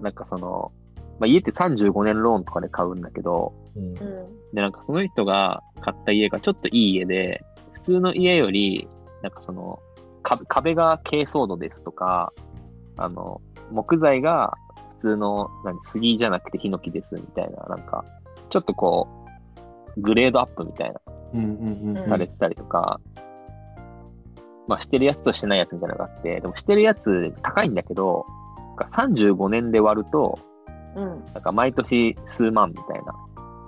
[SPEAKER 4] なんかその、まあ、家って35年ローンとかで買うんだけど、
[SPEAKER 2] うん
[SPEAKER 3] う
[SPEAKER 4] で、なんかその人が買った家がちょっといい家で、普通の家より、なんかその、壁壁が珪藻土ですとか、あの、木材が普通の、何、杉じゃなくてヒノキですみたいな、なんか、ちょっとこう、グレードアップみたいな
[SPEAKER 1] うんうんうん
[SPEAKER 4] されてたりとか、まあ、してるやつとしてないやつみたいなのがあって、でもしてるやつ高いんだけど、なんか35年で割ると、
[SPEAKER 3] んうん
[SPEAKER 4] なんか毎年数万みたいな、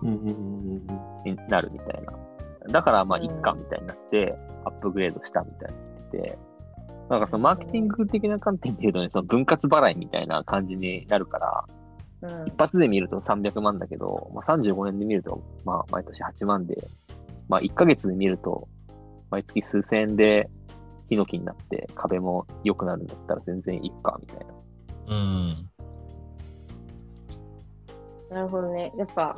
[SPEAKER 1] うんうんうんうん
[SPEAKER 4] になるみたいな。だから、まあ、
[SPEAKER 3] うん
[SPEAKER 4] 一貫みたいになって、アップグレードしたみたいに言ってて、なんかそのマーケティング的な観点で言うとね、その分割払いみたいな感じになるから、
[SPEAKER 3] うん
[SPEAKER 4] 一発で見ると300万だけど、まあ、35年で見ると、まあ、毎年8万で、まあ、1ヶ月で見ると、毎月数千円で、ヒノキになって、壁も良くなるんだったら全然いいか、みたいな。
[SPEAKER 2] うん。
[SPEAKER 3] なるほどね。やっぱ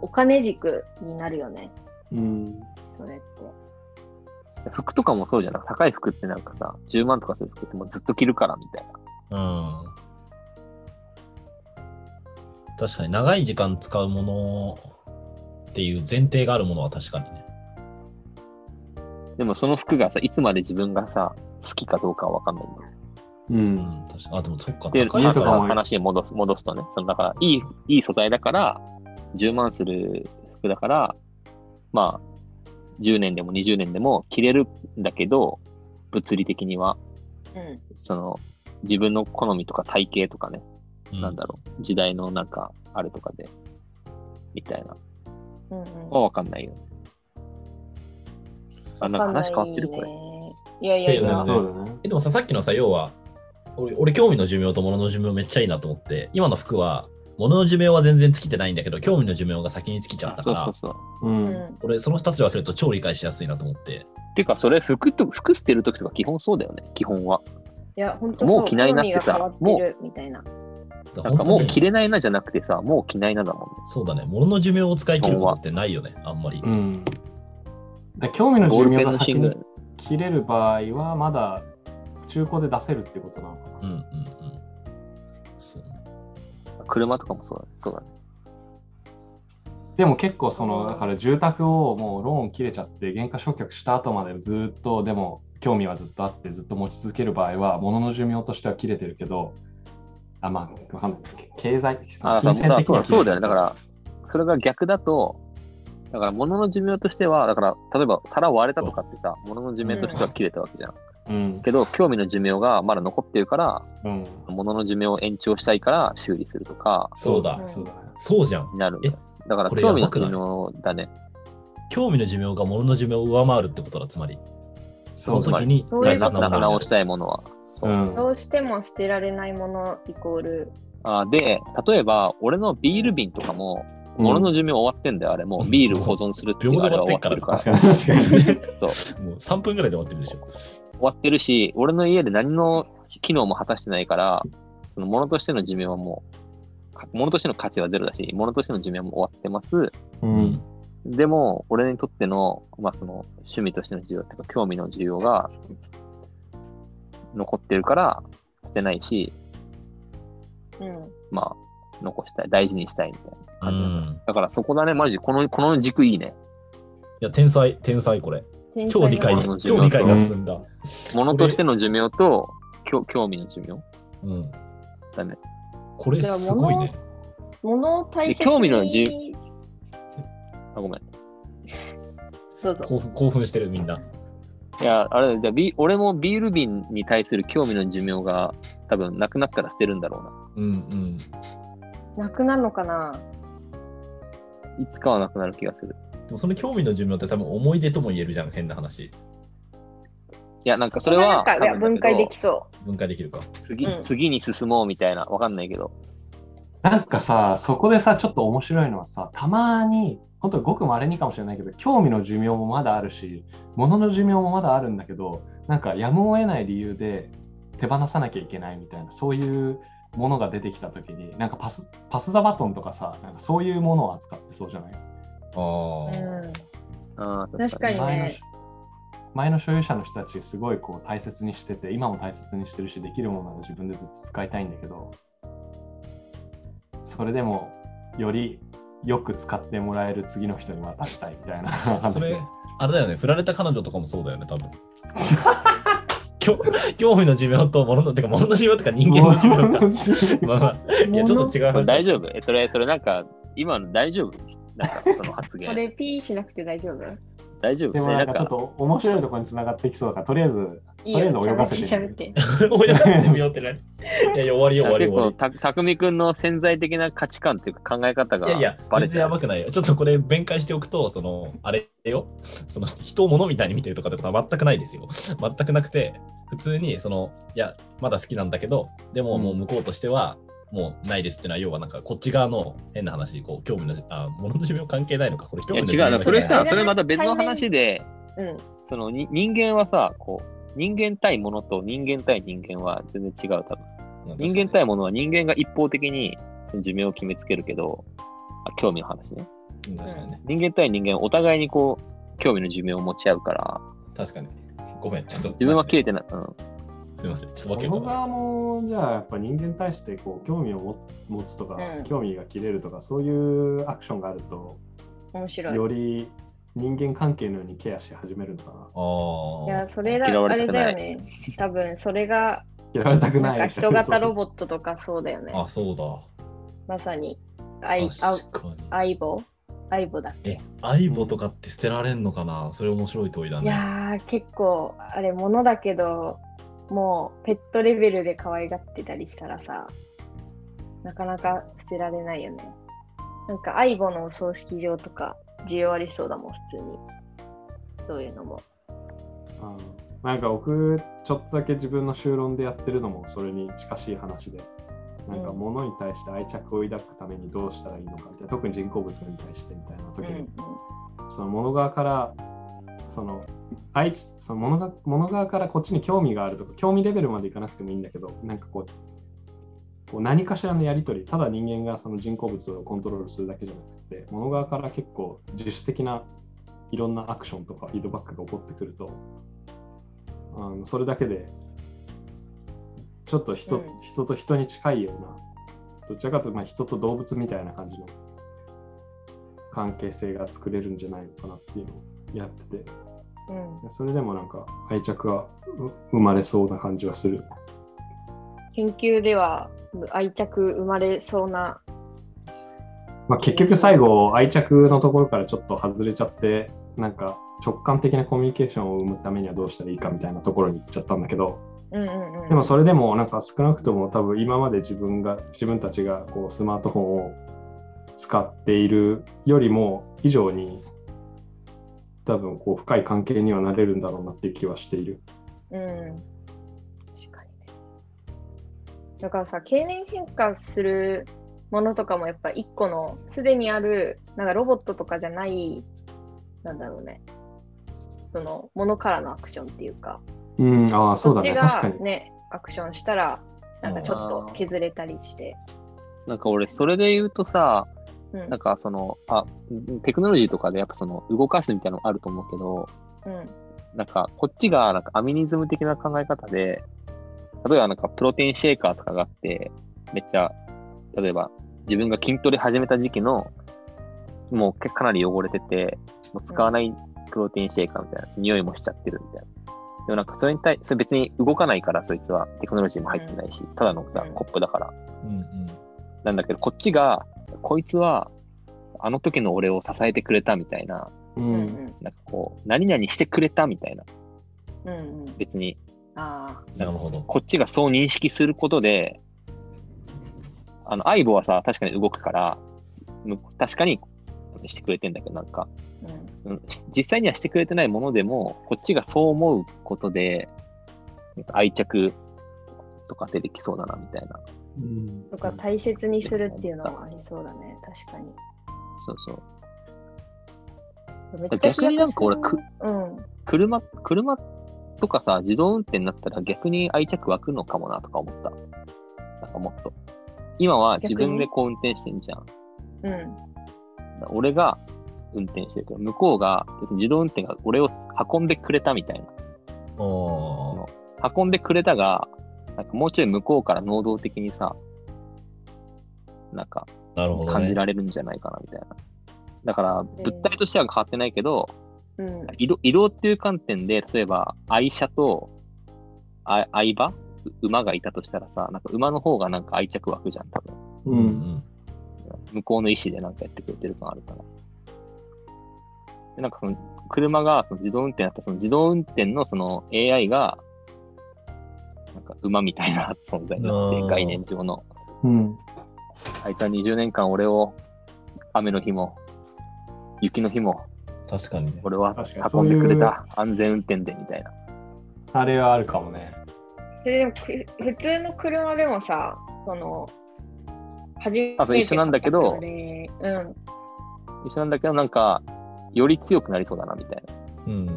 [SPEAKER 3] おお金軸になるよね、
[SPEAKER 1] うん
[SPEAKER 3] それって。
[SPEAKER 4] 服とかもそうじゃなく高い服ってなんかさ、10万とかする服ってもうずっと着るから、みたいな。
[SPEAKER 2] うん。確かに長い時間使うものっていう前提があるものは確かにね。
[SPEAKER 4] でもその服がさ、いつまで自分がさ、好きかどうかはわかんないんだよ。
[SPEAKER 1] う
[SPEAKER 2] うんん、確かあ、でもそっか、
[SPEAKER 4] で、
[SPEAKER 2] 高い
[SPEAKER 1] 家
[SPEAKER 4] まあ
[SPEAKER 2] か
[SPEAKER 1] と
[SPEAKER 4] そ
[SPEAKER 1] か
[SPEAKER 4] の
[SPEAKER 1] も
[SPEAKER 2] ら。
[SPEAKER 4] 話に戻す戻すとね、そのだからいい、いい素材だから、10万する服だから、まあ、10年でも20年でも着れるんだけど、物理的には、
[SPEAKER 3] うん
[SPEAKER 4] その、自分の好みとか体型とかね、
[SPEAKER 2] う
[SPEAKER 4] なんだろう、時代のなんか、あれとかで、みたいな、
[SPEAKER 3] うんうん
[SPEAKER 4] はわかんないよ。あ、なんか話変わってる、これ。
[SPEAKER 3] れ。いやいやい
[SPEAKER 2] いや
[SPEAKER 1] あ
[SPEAKER 3] や。
[SPEAKER 1] そうだね
[SPEAKER 2] えでもさ、さっきのさ、要は、俺、俺興味の寿命と物の寿命めっちゃいいなと思って、今の服は、物の寿命は全然尽きてないんだけど、興味の寿命が先に尽きちゃったか
[SPEAKER 4] そう
[SPEAKER 2] ら、
[SPEAKER 4] そうそう。
[SPEAKER 1] うん
[SPEAKER 3] うん
[SPEAKER 2] 俺、その2つで分けると超理解しやすいなと思って。
[SPEAKER 4] てか、それ服と、服捨てるときとか基本そうだよね、基本は。
[SPEAKER 3] いや、本当
[SPEAKER 4] もう
[SPEAKER 3] そう
[SPEAKER 4] 着ないなってさ
[SPEAKER 3] 好みが変わってるみたいな。
[SPEAKER 2] だ
[SPEAKER 4] なんかも
[SPEAKER 2] 本
[SPEAKER 4] う
[SPEAKER 2] 当に
[SPEAKER 4] 着れないなじゃなくてさ、もう着ないなだもんね。
[SPEAKER 2] そうだね、物の寿命を使い切ることってないよね、あんまり。
[SPEAKER 1] うんだ興味の
[SPEAKER 4] ボー
[SPEAKER 1] 寿
[SPEAKER 4] ル
[SPEAKER 1] 命
[SPEAKER 4] ペン
[SPEAKER 1] が
[SPEAKER 4] の
[SPEAKER 1] 先
[SPEAKER 4] 芯ぐら
[SPEAKER 1] に
[SPEAKER 4] い。
[SPEAKER 1] 切れる場合はまだ中古で出せるってことなのかな
[SPEAKER 2] うんうんうん。そうね
[SPEAKER 4] 車とかもそうだね。そうだね。
[SPEAKER 1] でも結構その
[SPEAKER 3] うん
[SPEAKER 1] だから住宅をもうローン切れちゃって原価償却した後までずっとでも興味はずっとあってずっと持ち続ける場合は物の寿命としては切れてるけどあまあわかんない経済的金
[SPEAKER 4] あ、だから
[SPEAKER 1] 銭
[SPEAKER 4] だ
[SPEAKER 1] 的
[SPEAKER 4] か
[SPEAKER 1] に
[SPEAKER 4] ら
[SPEAKER 1] は
[SPEAKER 4] そうだよね。だから、それが逆だと、だから物の寿命としては、だから、例えば皿割れたとかってさ、物の寿命としては切れたわけじゃん。
[SPEAKER 1] うん
[SPEAKER 4] けど、興味の寿命がまだ残ってるから、
[SPEAKER 1] うん
[SPEAKER 4] 物の寿命を延長したいから修理するとか、
[SPEAKER 2] そうだ、
[SPEAKER 1] そうだね
[SPEAKER 2] そうじゃん。
[SPEAKER 4] になるんだよ。だから、
[SPEAKER 2] これや
[SPEAKER 4] 興
[SPEAKER 2] ば
[SPEAKER 4] 味の
[SPEAKER 2] くない
[SPEAKER 4] 寿命だね。
[SPEAKER 2] 興味の寿命が物の寿命を上回るってことだ、つまり。そ
[SPEAKER 1] そ
[SPEAKER 2] の
[SPEAKER 1] うだね
[SPEAKER 2] 時に
[SPEAKER 3] そう
[SPEAKER 2] 大
[SPEAKER 3] いう
[SPEAKER 2] 切
[SPEAKER 3] こ
[SPEAKER 2] な
[SPEAKER 3] と
[SPEAKER 2] も
[SPEAKER 4] な
[SPEAKER 2] の
[SPEAKER 4] 直したいものは。そうう。
[SPEAKER 1] ん
[SPEAKER 3] どうしても捨てられないものイコール。
[SPEAKER 4] あで、例えば、俺のビール瓶とかも、物の寿命終わってんだよ、あれ。もうビールを保存するっていうあれは終わってるから。
[SPEAKER 1] 確かに確かに
[SPEAKER 2] もう3分ぐらいで終わってるでしょ。
[SPEAKER 4] 終わってるし、俺の家で何の機能も果たしてないから、その物としての寿命はもう、か物としての価値はゼロだし、物としての寿命も終わってます。
[SPEAKER 1] うん
[SPEAKER 4] でも、俺にとっての、まあその趣味としての需要っていうか、興味の需要が残ってるから、捨てないし、
[SPEAKER 3] うん。
[SPEAKER 4] まあ、残したい、大事にしたいみたいな
[SPEAKER 2] う
[SPEAKER 4] 感じなんだ。
[SPEAKER 2] ん。
[SPEAKER 4] だからそこだね、マジ、この、この軸いいね。
[SPEAKER 2] いや、天才、天才これ。
[SPEAKER 3] 天才
[SPEAKER 2] 超
[SPEAKER 3] の
[SPEAKER 2] 理解、
[SPEAKER 4] に
[SPEAKER 2] 超理解が進んだ。
[SPEAKER 4] 物としての寿命と、きょ興味の寿命。
[SPEAKER 2] うん。
[SPEAKER 4] だね。
[SPEAKER 2] これすごいね。
[SPEAKER 3] 物を大切に。
[SPEAKER 4] 興味の自あ、ごめん。
[SPEAKER 3] どうぞ。
[SPEAKER 2] 興奮興奮してるみんな。
[SPEAKER 4] いや、あれ、じゃあビ俺もビール瓶に対する興味の寿命が多分なくなったら捨てるんだろう
[SPEAKER 2] うんうん。
[SPEAKER 3] なくなるのかな
[SPEAKER 4] な。いつかはなくなる気がする。
[SPEAKER 2] でもその興味の寿命って多分思い出とも言えるじゃん、変な話。
[SPEAKER 4] いや、なんかそれ
[SPEAKER 3] な
[SPEAKER 4] は
[SPEAKER 3] んかいや
[SPEAKER 4] 多分
[SPEAKER 3] 分
[SPEAKER 4] だけ
[SPEAKER 3] 解
[SPEAKER 4] ど
[SPEAKER 3] できそ
[SPEAKER 2] 分解できるか。
[SPEAKER 4] 次、
[SPEAKER 3] うん
[SPEAKER 4] 次に進もうみたいな、わかんないけど。
[SPEAKER 1] なんかさ、そこでさ、ちょっと面白いのはさ、たまに、本当ごく稀にかもしれないけど、興味の寿命もまだあるし、物の寿命もまだあるんだけど、なんかやむを得ない理由で手放さなきゃいけないみたいな、そういうものが出てきたときに、なんかパスパス・ザ・バトンとかさ、なんかそういうものを扱ってそうじゃない
[SPEAKER 2] ああ
[SPEAKER 3] う。。うん
[SPEAKER 4] あー
[SPEAKER 3] 確かにね
[SPEAKER 1] 前のし前の所有者の人たちすごいこう大切にしてて今も大切にしてるしできるものなら自分でずっと使いたいんだけどそれでもよりよく使ってもらえる次の人に渡したいみたいな [laughs]
[SPEAKER 2] それ、 [laughs] あれだよね、振られた彼女とかもそうだよね、多分。 [laughs] 恐恐怖の寿命と物の、てか物の寿命とか人間の寿
[SPEAKER 1] [laughs]
[SPEAKER 2] 命か。まあまあ、いや、ちょっと違う
[SPEAKER 4] まあ
[SPEAKER 2] 話。
[SPEAKER 4] 大丈夫え、それ、それなんか、今の大丈夫なんか、その発
[SPEAKER 3] こ
[SPEAKER 4] 言。
[SPEAKER 3] れピーしなくて大丈夫
[SPEAKER 4] 大丈夫
[SPEAKER 1] で
[SPEAKER 4] そ
[SPEAKER 1] も
[SPEAKER 4] れ
[SPEAKER 1] な
[SPEAKER 4] なんん
[SPEAKER 1] かちょっ
[SPEAKER 4] か、
[SPEAKER 1] と面白いところにつながってきそうだからとりあえず
[SPEAKER 3] いいよ、
[SPEAKER 1] とりあえず泳がせて
[SPEAKER 3] 喋って。
[SPEAKER 2] [laughs] 思い出されてみようってね。いやいや、終わりよ、終わり
[SPEAKER 4] 結
[SPEAKER 2] よ終わ
[SPEAKER 4] 構、
[SPEAKER 2] り。
[SPEAKER 4] たたくみくんの潜在的な価値観っていうか考え方が
[SPEAKER 2] いやいや、
[SPEAKER 4] バレ
[SPEAKER 2] 全
[SPEAKER 4] ち
[SPEAKER 2] 然
[SPEAKER 4] ゃ
[SPEAKER 2] や
[SPEAKER 4] う。
[SPEAKER 2] ばくないよ。ちょっとこれ弁解しておくと、その、あれよ、その人を物みたいに見てるとかってことは全くないですよ。全くなくて、普通に、その、いや、まだ好きなんだけど、でも
[SPEAKER 1] うん
[SPEAKER 2] もう向こうとしては、もうないですっていうのは、要はなんかこっち側の変な話、こう、興味の、あ、物の寿命関係ないのか、これ興
[SPEAKER 4] い
[SPEAKER 2] 味
[SPEAKER 4] や
[SPEAKER 2] の
[SPEAKER 4] 違
[SPEAKER 2] 寿命
[SPEAKER 4] うな、それ
[SPEAKER 2] だ
[SPEAKER 4] さ
[SPEAKER 2] よ、ね
[SPEAKER 4] それまた別の話で、
[SPEAKER 3] うん。
[SPEAKER 4] そのに人間はさ、こう、人間対ものと人間対人間は全然違う、多分。人間対ものは人間が一方的にその寿命を決めつけるけど、あ興味の話ね。
[SPEAKER 2] うん確かにね。
[SPEAKER 4] 人間対人間はお互いにこう、興味の寿命を持ち合うから、
[SPEAKER 2] 確かに。ごめん、ちょっと。
[SPEAKER 4] 自分は切れてない。うん。
[SPEAKER 2] すみません、ちょっとわけわ
[SPEAKER 1] 僕
[SPEAKER 2] かんない。
[SPEAKER 1] 側もじゃあやっぱ人間に対してこう興味を持持つとか、
[SPEAKER 3] うん
[SPEAKER 1] 興味が切れるとかそういうアクションがあると
[SPEAKER 3] 面白い。
[SPEAKER 1] より人間関係のようにケアし始めるのかな
[SPEAKER 2] あ
[SPEAKER 3] い
[SPEAKER 2] あ
[SPEAKER 3] や、。それだ、
[SPEAKER 4] 嫌
[SPEAKER 3] あ
[SPEAKER 4] われ
[SPEAKER 3] れ
[SPEAKER 4] たくない
[SPEAKER 3] だよね。多分それが、
[SPEAKER 1] 嫌われたくなん
[SPEAKER 3] な
[SPEAKER 1] い
[SPEAKER 3] か人型ロ
[SPEAKER 1] [laughs] ボ
[SPEAKER 3] ボットとかそうだよね。
[SPEAKER 2] あ、そうだ。
[SPEAKER 3] まさに、相あ
[SPEAKER 2] 確かに。
[SPEAKER 3] 相棒相棒だっけ
[SPEAKER 2] え、アイボとかって捨てられんのかなそれ面白い問いだ
[SPEAKER 3] い
[SPEAKER 2] ね。
[SPEAKER 3] やー、結構、あれ、物だけど、もうペットレベルで可愛がってたりしたらさ、なかなか捨てられないよね。なんか、相棒のお葬式場とか、需要ありそうだもん、普通に。そういうのも。
[SPEAKER 1] なんか僕ちょっとだけ自分の修論でやってるのもそれに近しい話でなんか
[SPEAKER 3] うん
[SPEAKER 1] 物に対して愛着を抱くためにどうしたらいいのかみたいな特に人工物に対してみたいな
[SPEAKER 3] うん
[SPEAKER 1] 時
[SPEAKER 3] う
[SPEAKER 1] に、
[SPEAKER 3] ん
[SPEAKER 1] その物側からその愛知その物が物側からこっちに興味があるとか興味レベルまでいかなくてもいいんだけどなんかこうこう何かしらのやり取りただ人間がその人工物をコントロールするだけじゃなくて物側から結構自主的ないろんなアクションとかフィードバックが起こってくるとあのそれだけでちょっと人,、
[SPEAKER 3] うん
[SPEAKER 1] 人と人に近いようなどちらかというとまあ人と動物みたいな感じの関係性が作れるんじゃないのかなっていうのをやってて
[SPEAKER 3] うん
[SPEAKER 1] それでもなんか愛着がう生まれそうな感じはする
[SPEAKER 3] 研究では愛着生まれそうな、
[SPEAKER 1] まあ、結局最後愛着のところからちょっと外れちゃってなんか直感的なコミュニケーションを生むためにはどうしたらいいかみたいなところに行っちゃったんだけど
[SPEAKER 3] うんうんうん、
[SPEAKER 1] でもそれでもなんか少なくとも多分今まで自分が自分たちがこうスマートフォンを使っているよりも以上に多分こう深い関係にはなれるんだろうなっていう気はしている。
[SPEAKER 3] うん、確かにね。だからさ、経年変化するものとかもやっぱ一個の、すでにある、なんかロボットとかじゃない、なんだろうね、その、ものからのアクションっていうか、
[SPEAKER 1] うん、ああ、そう
[SPEAKER 3] こ
[SPEAKER 1] だ
[SPEAKER 3] っち
[SPEAKER 1] ね、確
[SPEAKER 3] が
[SPEAKER 1] かに。
[SPEAKER 3] ね、アクションしたら、なんかちょっと削れたりして。
[SPEAKER 4] なんか俺、それで言うとさ、
[SPEAKER 3] うん、
[SPEAKER 4] なんかその、あ、テクノロジーとかでやっぱその動かすみたいなのあると思うけど、
[SPEAKER 3] うん、
[SPEAKER 4] なんかこっちがなんかアミニズム的な考え方で、例えばなんかプロテインシェイカーとかがあって、めっちゃ、例えば自分が筋トレ始めた時期の、もうけかなり汚れてて、もう使わないプロテインシェイカーみたいな、匂いもしちゃってるみたいな。でもなんかそれに対、それ別に動かないから、そいつはテクノロジーも入ってないし、ただのさ
[SPEAKER 3] うん、
[SPEAKER 4] コップだから。
[SPEAKER 2] うんうん。
[SPEAKER 4] なんだけど、こっちが、こいつは、あの時の俺を支えてくれたみたいな、
[SPEAKER 1] う、
[SPEAKER 3] うん、うんん、
[SPEAKER 4] なんかこう、何々してくれたみたいな、
[SPEAKER 3] うんうん。
[SPEAKER 4] 別に、
[SPEAKER 3] あ
[SPEAKER 2] なるほど。
[SPEAKER 4] こっちがそう認識することで、あの、相棒はさ、確かに動くから、む確かにしてくれてんだけど、なんか、
[SPEAKER 3] あ、うん、
[SPEAKER 4] うんし実際にはしてくれてないものでも、こっちがそう思うことで、なんか愛着とか出てきそうだな、みたいな。
[SPEAKER 1] うん
[SPEAKER 3] とか大切にするっていうのはありそうだね、確かに。
[SPEAKER 4] そうそう。
[SPEAKER 3] めっちゃ
[SPEAKER 4] 逆になんか俺
[SPEAKER 3] 飛躍するうん。
[SPEAKER 4] 車、車とかさ、自動運転になったら逆に愛着湧くのかもなとか思った。なんかもっと。今は自分でこう運転してんじゃん。
[SPEAKER 3] うん。
[SPEAKER 4] 俺が運転してるけど、向こうが、要するに自動運転が俺を運んでくれたみたいな。
[SPEAKER 2] おー
[SPEAKER 4] 運んでくれたが、なんかもうちょい向こうから能動的にさ、なんか
[SPEAKER 2] なるほど、ね。
[SPEAKER 4] 感じられるんじゃないかなみたいな。だから物体としては変わってないけど、
[SPEAKER 3] うん。
[SPEAKER 4] 移動移動っていう観点で、例えば愛車とあ愛馬う馬がいたとしたらさ、なんか馬の方がなんか愛着湧くじゃん、多分。
[SPEAKER 1] う。
[SPEAKER 2] うんうんん。
[SPEAKER 4] 向こうの意思でなんかやってくれてる感あるから。でなんかその車がその自動運転だったらその自動運転のその AI がなんか馬みたいな存在になっ
[SPEAKER 2] あ
[SPEAKER 4] て
[SPEAKER 2] ー
[SPEAKER 4] 概念上の
[SPEAKER 1] うん。
[SPEAKER 4] あいつは20年間俺を雨の日も雪の日も
[SPEAKER 2] 確かにね。
[SPEAKER 4] 俺は
[SPEAKER 1] 確かにそうい
[SPEAKER 4] 運んで
[SPEAKER 1] う
[SPEAKER 4] くれた安全運転でみたいな。
[SPEAKER 1] あれはあるかもね。
[SPEAKER 3] それでもく普通の車でもさ、その、初めて
[SPEAKER 4] あそう一緒なんだけど
[SPEAKER 3] 買った車でうん。
[SPEAKER 4] 一緒なんだけどなんかより強くなりそうだなみたいな。
[SPEAKER 2] うん。
[SPEAKER 4] なん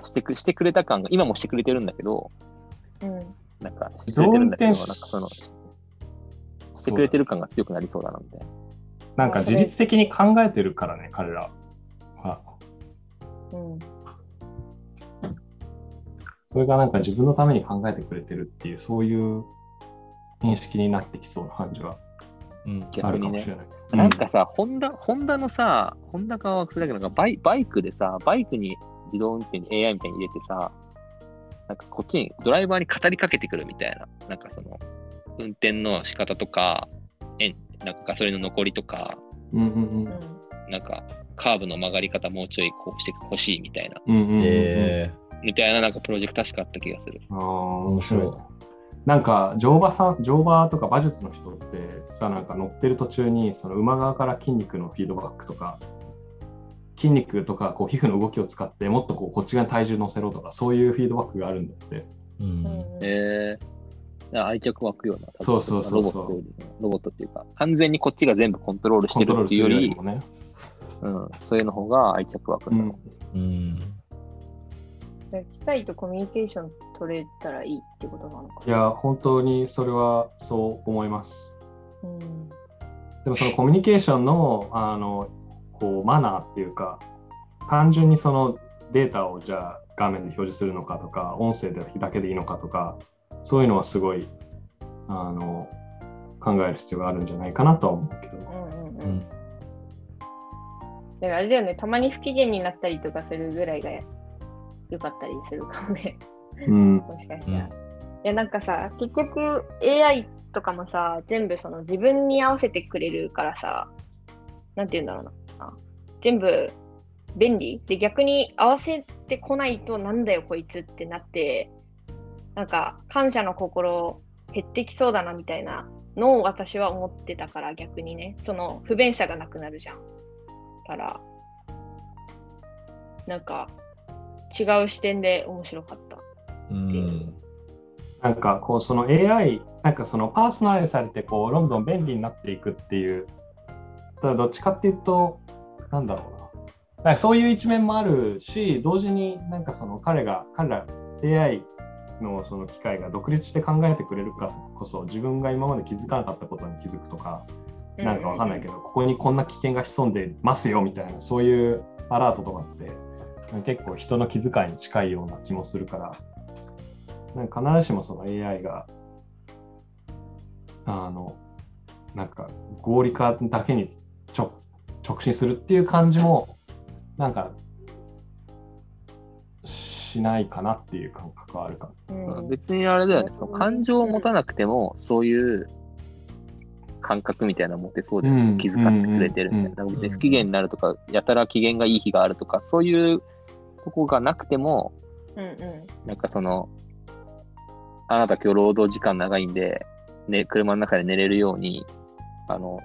[SPEAKER 4] かしてくしてくれた感が今もしてくれてるんだけど
[SPEAKER 3] うん、
[SPEAKER 4] なんかしてくれてるんだけど
[SPEAKER 1] 自動運転
[SPEAKER 4] なんかそのしてくれてる感が強くなりそうだなみたいな。
[SPEAKER 1] なんか自律的に考えてるからね、彼らは。
[SPEAKER 3] うん、
[SPEAKER 1] それがなんか自分のために考えてくれてるっていう、そういう認識になってきそうな感じは
[SPEAKER 2] うん。
[SPEAKER 1] あ
[SPEAKER 4] 逆
[SPEAKER 1] るか
[SPEAKER 4] に
[SPEAKER 1] も
[SPEAKER 4] ね
[SPEAKER 1] し。れない。
[SPEAKER 4] なんかさ、ホンダ、ホンダのさ、ホンダ側はそれだけどなんかバイ、バイクでさ、バイクに自動運転に AI みたいに入れてさ、なんかこっちに、ドライバーに語りかけてくるみたいな、なんかその、運転の仕方とか、えんなんかガソリンの残りとか、
[SPEAKER 1] うん。うんうんうん。
[SPEAKER 4] なんかカーブの曲がり方もうちょいこうしてほしいみたいな、
[SPEAKER 1] うんうんうんうん
[SPEAKER 2] え
[SPEAKER 4] みたいななんかプロジェクト確かあった気がする。
[SPEAKER 1] ああ、面白い
[SPEAKER 2] 面白い。
[SPEAKER 1] なんか乗馬さん、乗馬とか馬術の人ってさ、なんか乗ってる途中にその馬側から筋肉のフィードバックとか、筋肉とかこう皮膚の動きを使ってもっとこうこっち側に体重乗せろとか、そういうフィードバックがあるんだって。
[SPEAKER 2] ーうん
[SPEAKER 3] うん
[SPEAKER 4] へえ愛着湧くような、
[SPEAKER 1] そうそうそうそう
[SPEAKER 4] ロボットよりもロボットっていうか、完全にこっちが全部コントロールし
[SPEAKER 1] コン
[SPEAKER 4] て
[SPEAKER 1] ト
[SPEAKER 4] る
[SPEAKER 1] ロー
[SPEAKER 4] っ
[SPEAKER 1] ルす
[SPEAKER 4] ていうよ
[SPEAKER 1] るよ
[SPEAKER 4] り
[SPEAKER 1] り、もね。
[SPEAKER 4] うん、それの方が愛着湧くんだろう
[SPEAKER 2] うん。
[SPEAKER 3] 機械とコミュニケーション取れたらいいってことなのか
[SPEAKER 1] いや、本当にそれはそう思います。
[SPEAKER 3] うん
[SPEAKER 1] でもそのコミュニケーションのあのこうマナーっていうか単純にそのデータをじゃあ画面で表示するのかとか音声だけでいいのかとかそういうのはすごいあの考える必要があるんじゃないかなとは思うけ
[SPEAKER 3] う
[SPEAKER 1] ど。
[SPEAKER 3] んうんう
[SPEAKER 2] うんん。
[SPEAKER 3] だからあれだよねたまに不機嫌になったりとかするぐらいが良かったりするかもね
[SPEAKER 1] うん
[SPEAKER 3] もしかしたら、いやなんかさ結局 AI とかもさ全部その自分に合わせてくれるからさなんて言うんだろうな全部便利で逆に合わせてこないとなんだよこいつってなってなんか感謝の心減ってきそうだなみたいなのを私は思ってたから逆にねその不便さがなくなるじゃんからなんか違う視点で面白かった。
[SPEAKER 2] うん。
[SPEAKER 1] なんかこうその AI なんかそのパーソナルされてこうどんどん便利になっていくっていうただどっちかっていうとなんだろうななんかそういう一面もあるし同時になんかその彼が彼ら AI のその機械が独立して考えてくれるからこそ自分が今まで気づかなかったことに気づくとかなんかわかんないけど、ここにこんな危険が潜んでますよみたいな、そういうアラートとかって、結構人の気遣いに近いような気もするから、なんか必ずしもその AI が、あの、なんか合理化だけにちょ直進するっていう感じも、なんか、しないかなっていう感覚はあるかも。
[SPEAKER 3] うん
[SPEAKER 4] うん別にあれだよね、その感情を持たなくても、そういう感覚みたいなの持てそうです、
[SPEAKER 1] うん
[SPEAKER 4] 気遣ってくれてるみたいな。
[SPEAKER 1] うん
[SPEAKER 4] だから別に不機嫌になるとか、やたら機嫌がいい日があるとか、そういうとこがなくても、
[SPEAKER 3] うんうん
[SPEAKER 4] なんかその、あなた今日労働時間長いんで、ね、車の中で寝れるように、あの、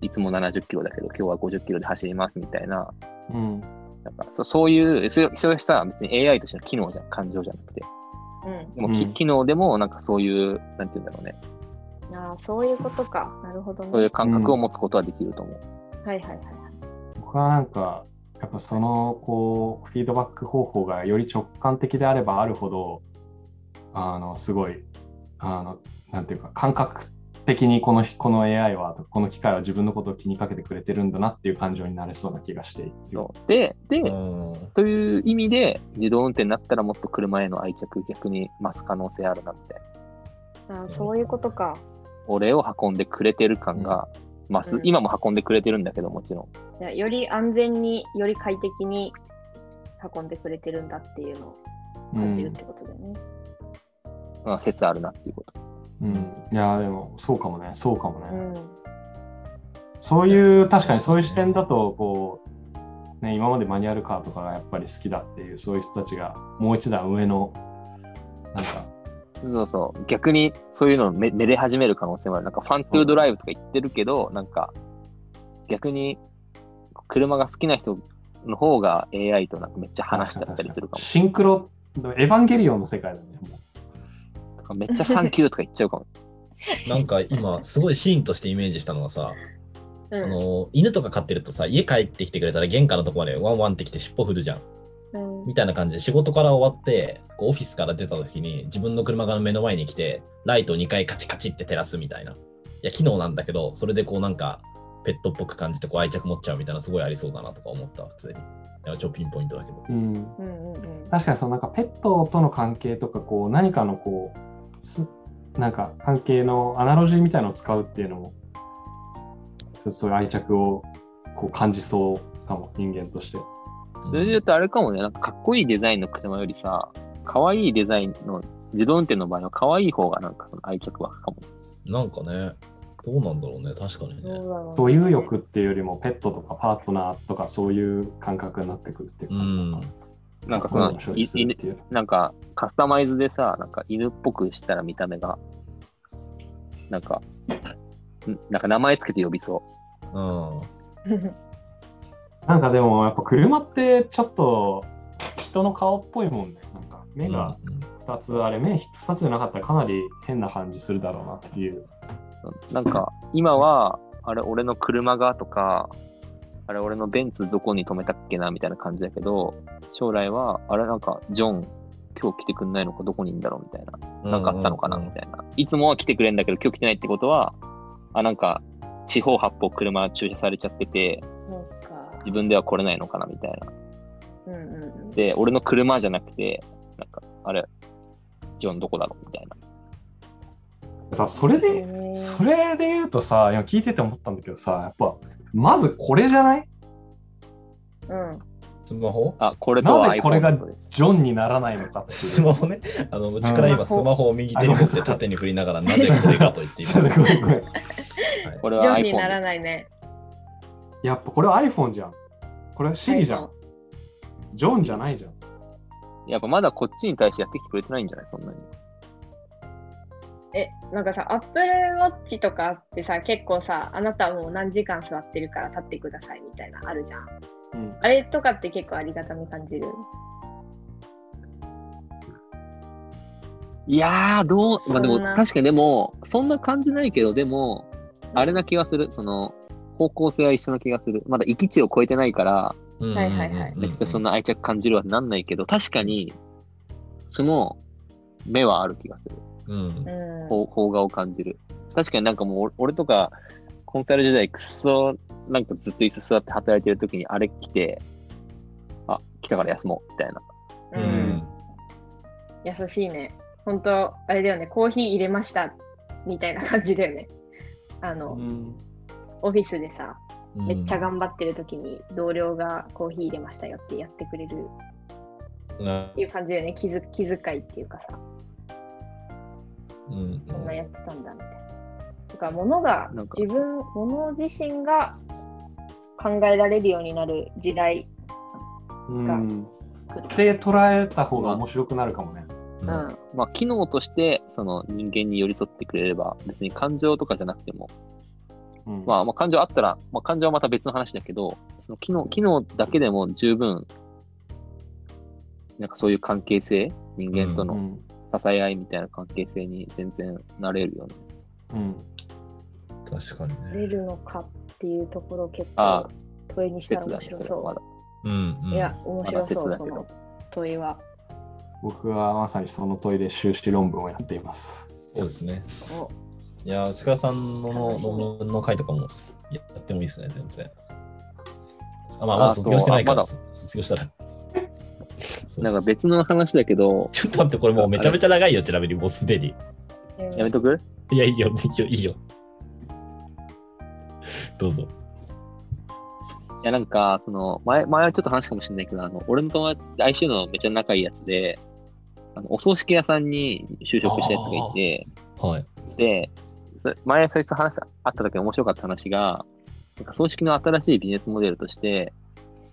[SPEAKER 4] いつも70キロだけど、今日は50キロで走りますみたいな、
[SPEAKER 1] うん、
[SPEAKER 4] なんかそそういう、それそれさ、別に AI としての機能じゃん、感情じゃなくて。
[SPEAKER 3] う
[SPEAKER 4] でも、き
[SPEAKER 1] うん
[SPEAKER 4] 機能でも、なんかそういう、なんて言うんだろうね、
[SPEAKER 3] ん、ああそういうことか。なるほどね。
[SPEAKER 4] そういう感覚を持つことはできると思う。
[SPEAKER 3] はいはいはいはい。
[SPEAKER 1] 僕はなんかやっぱそのこうフィードバック方法がより直感的であればあるほどあのすごいあのなんていうか感覚的にこのこの AI はこの機械は自分のことを気にかけてくれてるんだなっていう感情になれそうな気がしていて
[SPEAKER 4] そうで、で、
[SPEAKER 2] うん
[SPEAKER 4] という意味で、自動運転になったらもっと車への愛着逆に増す可能性あるなって。
[SPEAKER 3] あそういうことか。
[SPEAKER 4] 俺を運んでくれてる感が増す。
[SPEAKER 3] うん
[SPEAKER 4] 今も運んでくれてるんだけど、もちろん。
[SPEAKER 3] いやより安全に、より快適に運んでくれてるんだっていうのを感じるってことだよね。
[SPEAKER 4] まあ、説あるなっていうこと。
[SPEAKER 1] うん、いやーでもそうかもねそうかもね、
[SPEAKER 3] うん。
[SPEAKER 1] そういう確かにそういう視点だとこう、ね、今までマニュアルカーとかがやっぱり好きだっていうそういう人たちがもう一段上のなんか
[SPEAKER 4] そうそう。逆にそういうのをめめで始める可能性もある。なんかファントゥードライブとか言ってるけど、なんか逆に車が好きな人の方が AI となんかめっちゃ話しちゃったりするかも。
[SPEAKER 1] シンクロエヴァンゲリオンの世界だねも
[SPEAKER 4] なんかめっちゃサンキューとか言っちゃうかも。
[SPEAKER 2] なんか今、すごいシーンとしてイメージしたのはさ、
[SPEAKER 3] う
[SPEAKER 2] あ
[SPEAKER 3] ん
[SPEAKER 2] の犬とか飼ってるとさ、家帰ってきてくれたら玄関のとこまでワンワンってきて尻尾振るじゃん。
[SPEAKER 3] うん
[SPEAKER 2] みたいな感じで仕事から終わって、こうオフィスから出た時に自分の車が目の前に来て、ライトを2回カチカチって照らすみたいな。いや、機能なんだけど、それでこうなんか、ペットっぽく感じてこう愛着持っちゃうみたいなすごいありそうだなとか思った、普通に。いや、超ピンポイントだけど。
[SPEAKER 1] う、うん、
[SPEAKER 3] うんうんうん
[SPEAKER 1] 確かにそのなんかペットとの関係とかこう何かのこうすなんか関係のアナロジーみたいのを使うっていうのもそうそういう愛着をこう感じそうかも人間として。
[SPEAKER 4] それで言うとあれかもね、なんかかっこいいデザインの車よりさ、可愛いデザインの自動運転の場合は可愛い方がなんかその愛着湧くかも。
[SPEAKER 2] なんかね、どうなんだろうね、確かに
[SPEAKER 3] どうだ
[SPEAKER 2] ね。
[SPEAKER 3] ろうね
[SPEAKER 1] 所有欲っていうよりもペットとかパートナーとかそういう感覚になってくるっていう
[SPEAKER 2] う
[SPEAKER 1] か
[SPEAKER 2] ん。
[SPEAKER 4] なんかそ
[SPEAKER 1] そういう
[SPEAKER 4] の
[SPEAKER 1] のを処
[SPEAKER 4] い
[SPEAKER 1] 理するっ
[SPEAKER 4] 犬、
[SPEAKER 1] ていう
[SPEAKER 4] なんかカスタマイズでさ、なんか犬っぽくしたら見た目が、なんか、んなんか名前つけて呼びそ
[SPEAKER 2] うん。
[SPEAKER 1] なんかでもやっぱ車ってちょっと人の顔っぽいもんねなんか目が
[SPEAKER 2] うん
[SPEAKER 1] 2つ、あれ目2つじゃなかったらかなり変な感じするだろうなっていう
[SPEAKER 4] う。なんか今は、あれ俺の車がとか、あれ俺のベンツどこに止めたっけなみたいな感じだけど、将来は、あれなんかジョン今日来てくんないのかどこにいんだろうみたいな。なんかあったのかな
[SPEAKER 2] うん
[SPEAKER 4] みたいな。いつもは来てくれるんだけど、今日来てないってことは、あ、なんか、四方八方車駐車されちゃってて、
[SPEAKER 3] そうか。
[SPEAKER 4] 自分では来れないのかなみたいな。
[SPEAKER 3] うんうんうん。
[SPEAKER 4] で、俺の車じゃなくて、なんか、あれ、ジョンどこだろうみたいな。
[SPEAKER 1] さそれでそれで言うとさ今聞いてて思ったんだけどさやっぱまずこれじゃない
[SPEAKER 3] うん。
[SPEAKER 2] スマホ
[SPEAKER 4] あ、これと
[SPEAKER 1] な
[SPEAKER 4] は
[SPEAKER 1] ぜこれ
[SPEAKER 4] iPhone
[SPEAKER 1] が
[SPEAKER 4] のことです。
[SPEAKER 1] ジョンにならないのかって
[SPEAKER 2] ス
[SPEAKER 1] いう。
[SPEAKER 2] マホね。 [laughs] あの、うちから今スマホを右手に持って縦に振りながら、なぜこれがと言っています。
[SPEAKER 1] ごめんごめん
[SPEAKER 4] これは
[SPEAKER 3] ジョン
[SPEAKER 4] iPhone
[SPEAKER 3] になら
[SPEAKER 4] です。
[SPEAKER 3] ないね。
[SPEAKER 1] やっぱこれは iPhone じゃん。これは Siri じゃん
[SPEAKER 3] iPhone。
[SPEAKER 1] ジョンじゃないじゃん。
[SPEAKER 4] やっぱまだこっちに対してやってきてくれてないんじゃないそんなに。
[SPEAKER 3] え、なんかさ、Apple Watch とかあってさ、結構さ、あなたはもう何時間座ってるから立ってくださいみたいなあるじゃん。
[SPEAKER 1] うん
[SPEAKER 3] あれとかって結構ありがたみ感じる。
[SPEAKER 4] いやー、どう、まあで
[SPEAKER 3] そ
[SPEAKER 4] も、
[SPEAKER 3] んな
[SPEAKER 4] 確かにでも、そんな感じないけど、でも、あれな気がする。その、方向性は一緒な気がする。まだ行き地を超えてないから、
[SPEAKER 2] うん
[SPEAKER 3] はいはいはい
[SPEAKER 4] めっちゃそんな愛着感じるはなんないけど、確かに、その目はある気がする。
[SPEAKER 2] うん
[SPEAKER 3] うん。
[SPEAKER 4] ほう邦画を感じる。確かになんかもう俺、俺とか、コンサル時代、くっそ、なんかずっと椅子座って働いてる時に、あれ来て、あ、来たから休もう、みたいな。
[SPEAKER 3] う
[SPEAKER 2] うん
[SPEAKER 3] ん。優しいね。本当あれだよね、コーヒー入れましたみたいな感じだよね。 [laughs] あの、
[SPEAKER 1] うん
[SPEAKER 3] オフィスでさ、
[SPEAKER 2] うん
[SPEAKER 3] めっちゃ頑張ってる時に同僚がコーヒー入れましたよってやってくれるっていう感じだよね。気づ気遣いっていうかさ、
[SPEAKER 2] うんうん
[SPEAKER 3] こんなやってたんだみたいな。だから物が
[SPEAKER 4] なんか
[SPEAKER 3] 自分、物自身が考えられるようになる時代
[SPEAKER 1] うん。
[SPEAKER 3] 来る。
[SPEAKER 1] で捉えた方が面白くなるかもね。
[SPEAKER 2] う
[SPEAKER 3] うんん。
[SPEAKER 4] まあ、機能として、その人間に寄り添ってくれれば、別に感情とかじゃなくても、
[SPEAKER 1] うん
[SPEAKER 4] まあ、まあ、感情あったら、まあ、感情はまた別の話だけど、その機能、機能だけでも十分、なんかそういう関係性、人間と
[SPEAKER 1] う
[SPEAKER 4] の
[SPEAKER 1] ん
[SPEAKER 4] 支え合いみたいな関係性に全然なれるよね。
[SPEAKER 1] うん
[SPEAKER 2] 確かに
[SPEAKER 3] 出
[SPEAKER 2] ね。
[SPEAKER 3] るのかっていうところ結
[SPEAKER 4] あ
[SPEAKER 3] 構問いにしたら
[SPEAKER 4] 説だ
[SPEAKER 3] 面
[SPEAKER 4] ね、
[SPEAKER 3] 白
[SPEAKER 4] それ
[SPEAKER 3] そ
[SPEAKER 4] はまだ。
[SPEAKER 2] うんう
[SPEAKER 3] う。
[SPEAKER 2] ん
[SPEAKER 3] いや、面
[SPEAKER 4] ま
[SPEAKER 3] 白そ
[SPEAKER 4] だ説
[SPEAKER 3] う、
[SPEAKER 4] だ
[SPEAKER 3] そ
[SPEAKER 4] けど
[SPEAKER 3] の。問いは。
[SPEAKER 1] 僕はまさにその問いで修士論文をやっています。
[SPEAKER 2] そうですね。
[SPEAKER 3] お
[SPEAKER 2] いや、内川さんの
[SPEAKER 3] 楽しみ
[SPEAKER 2] 論文の回とかもやってもいいですね、全然。あ、まあ、まだ
[SPEAKER 4] あそう
[SPEAKER 2] 卒業してないから、
[SPEAKER 4] あま
[SPEAKER 2] 卒業した
[SPEAKER 4] [laughs]
[SPEAKER 2] ら。そう
[SPEAKER 4] なんか別の話だけど、
[SPEAKER 2] ちょっと待って、これもうめちゃめちゃ長いよ、ちなみに、もうすでに。
[SPEAKER 4] やめとく
[SPEAKER 2] いや、いいよ、いいよ、いいよ。どうぞ。
[SPEAKER 4] いや、なんか、その、前、前はちょっと話かもしれないけど、あの、俺の友達、ICU のめっちゃ仲いいやつで、あの、お葬式屋さんに就職したやつがいて、
[SPEAKER 2] はい。
[SPEAKER 4] で、そ前、そいつと話したあった時に面白かった話が、なんか葬式の新しいビジネスモデルとして、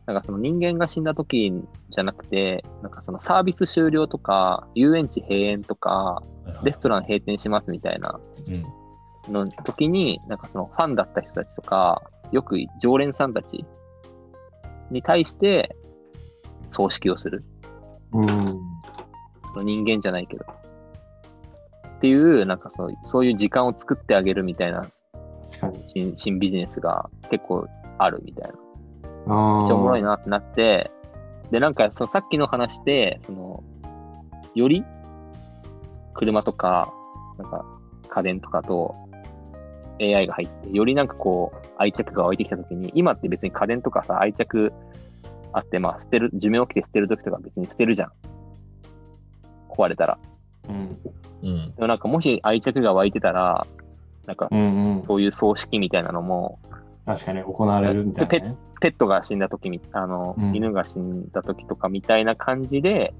[SPEAKER 4] なんかその人間が死んだ時じゃなくて、なんかそのサービス終了とか、遊園地閉園とか、レストラン閉店しますみたいな
[SPEAKER 2] うん。
[SPEAKER 4] の時に、なんかそのファンだった人たちとか、よく常連さんたちに対して葬式をする。
[SPEAKER 1] うん。
[SPEAKER 4] その人間じゃないけど。っていう、なんかそうそういう時間を作ってあげるみたいな
[SPEAKER 1] 確かに。
[SPEAKER 4] 新新ビジネスが結構あるみたいな。
[SPEAKER 1] あ
[SPEAKER 4] めっちゃおもろい
[SPEAKER 1] な。
[SPEAKER 4] なってなって、で、なんかそのさっきの話で、その、より車とか、なんか家電とかと AI が入って、よりなんかこう愛着が湧いてきたときに、今って別に家電とかさ、愛着あって、まあ捨てる、寿命起きて捨てるときとか別に捨てるじゃん。壊れたら。
[SPEAKER 1] うん。
[SPEAKER 2] うん。
[SPEAKER 4] でもなんかもし愛着が湧いてたら、なんか
[SPEAKER 1] うんうん。
[SPEAKER 4] そういう葬式みたいなのも、
[SPEAKER 1] 確かに行われるみたいな、ね。
[SPEAKER 4] ペットが死んだ時みあの、
[SPEAKER 1] うん
[SPEAKER 4] 犬が死んだ時とかみたいな感じで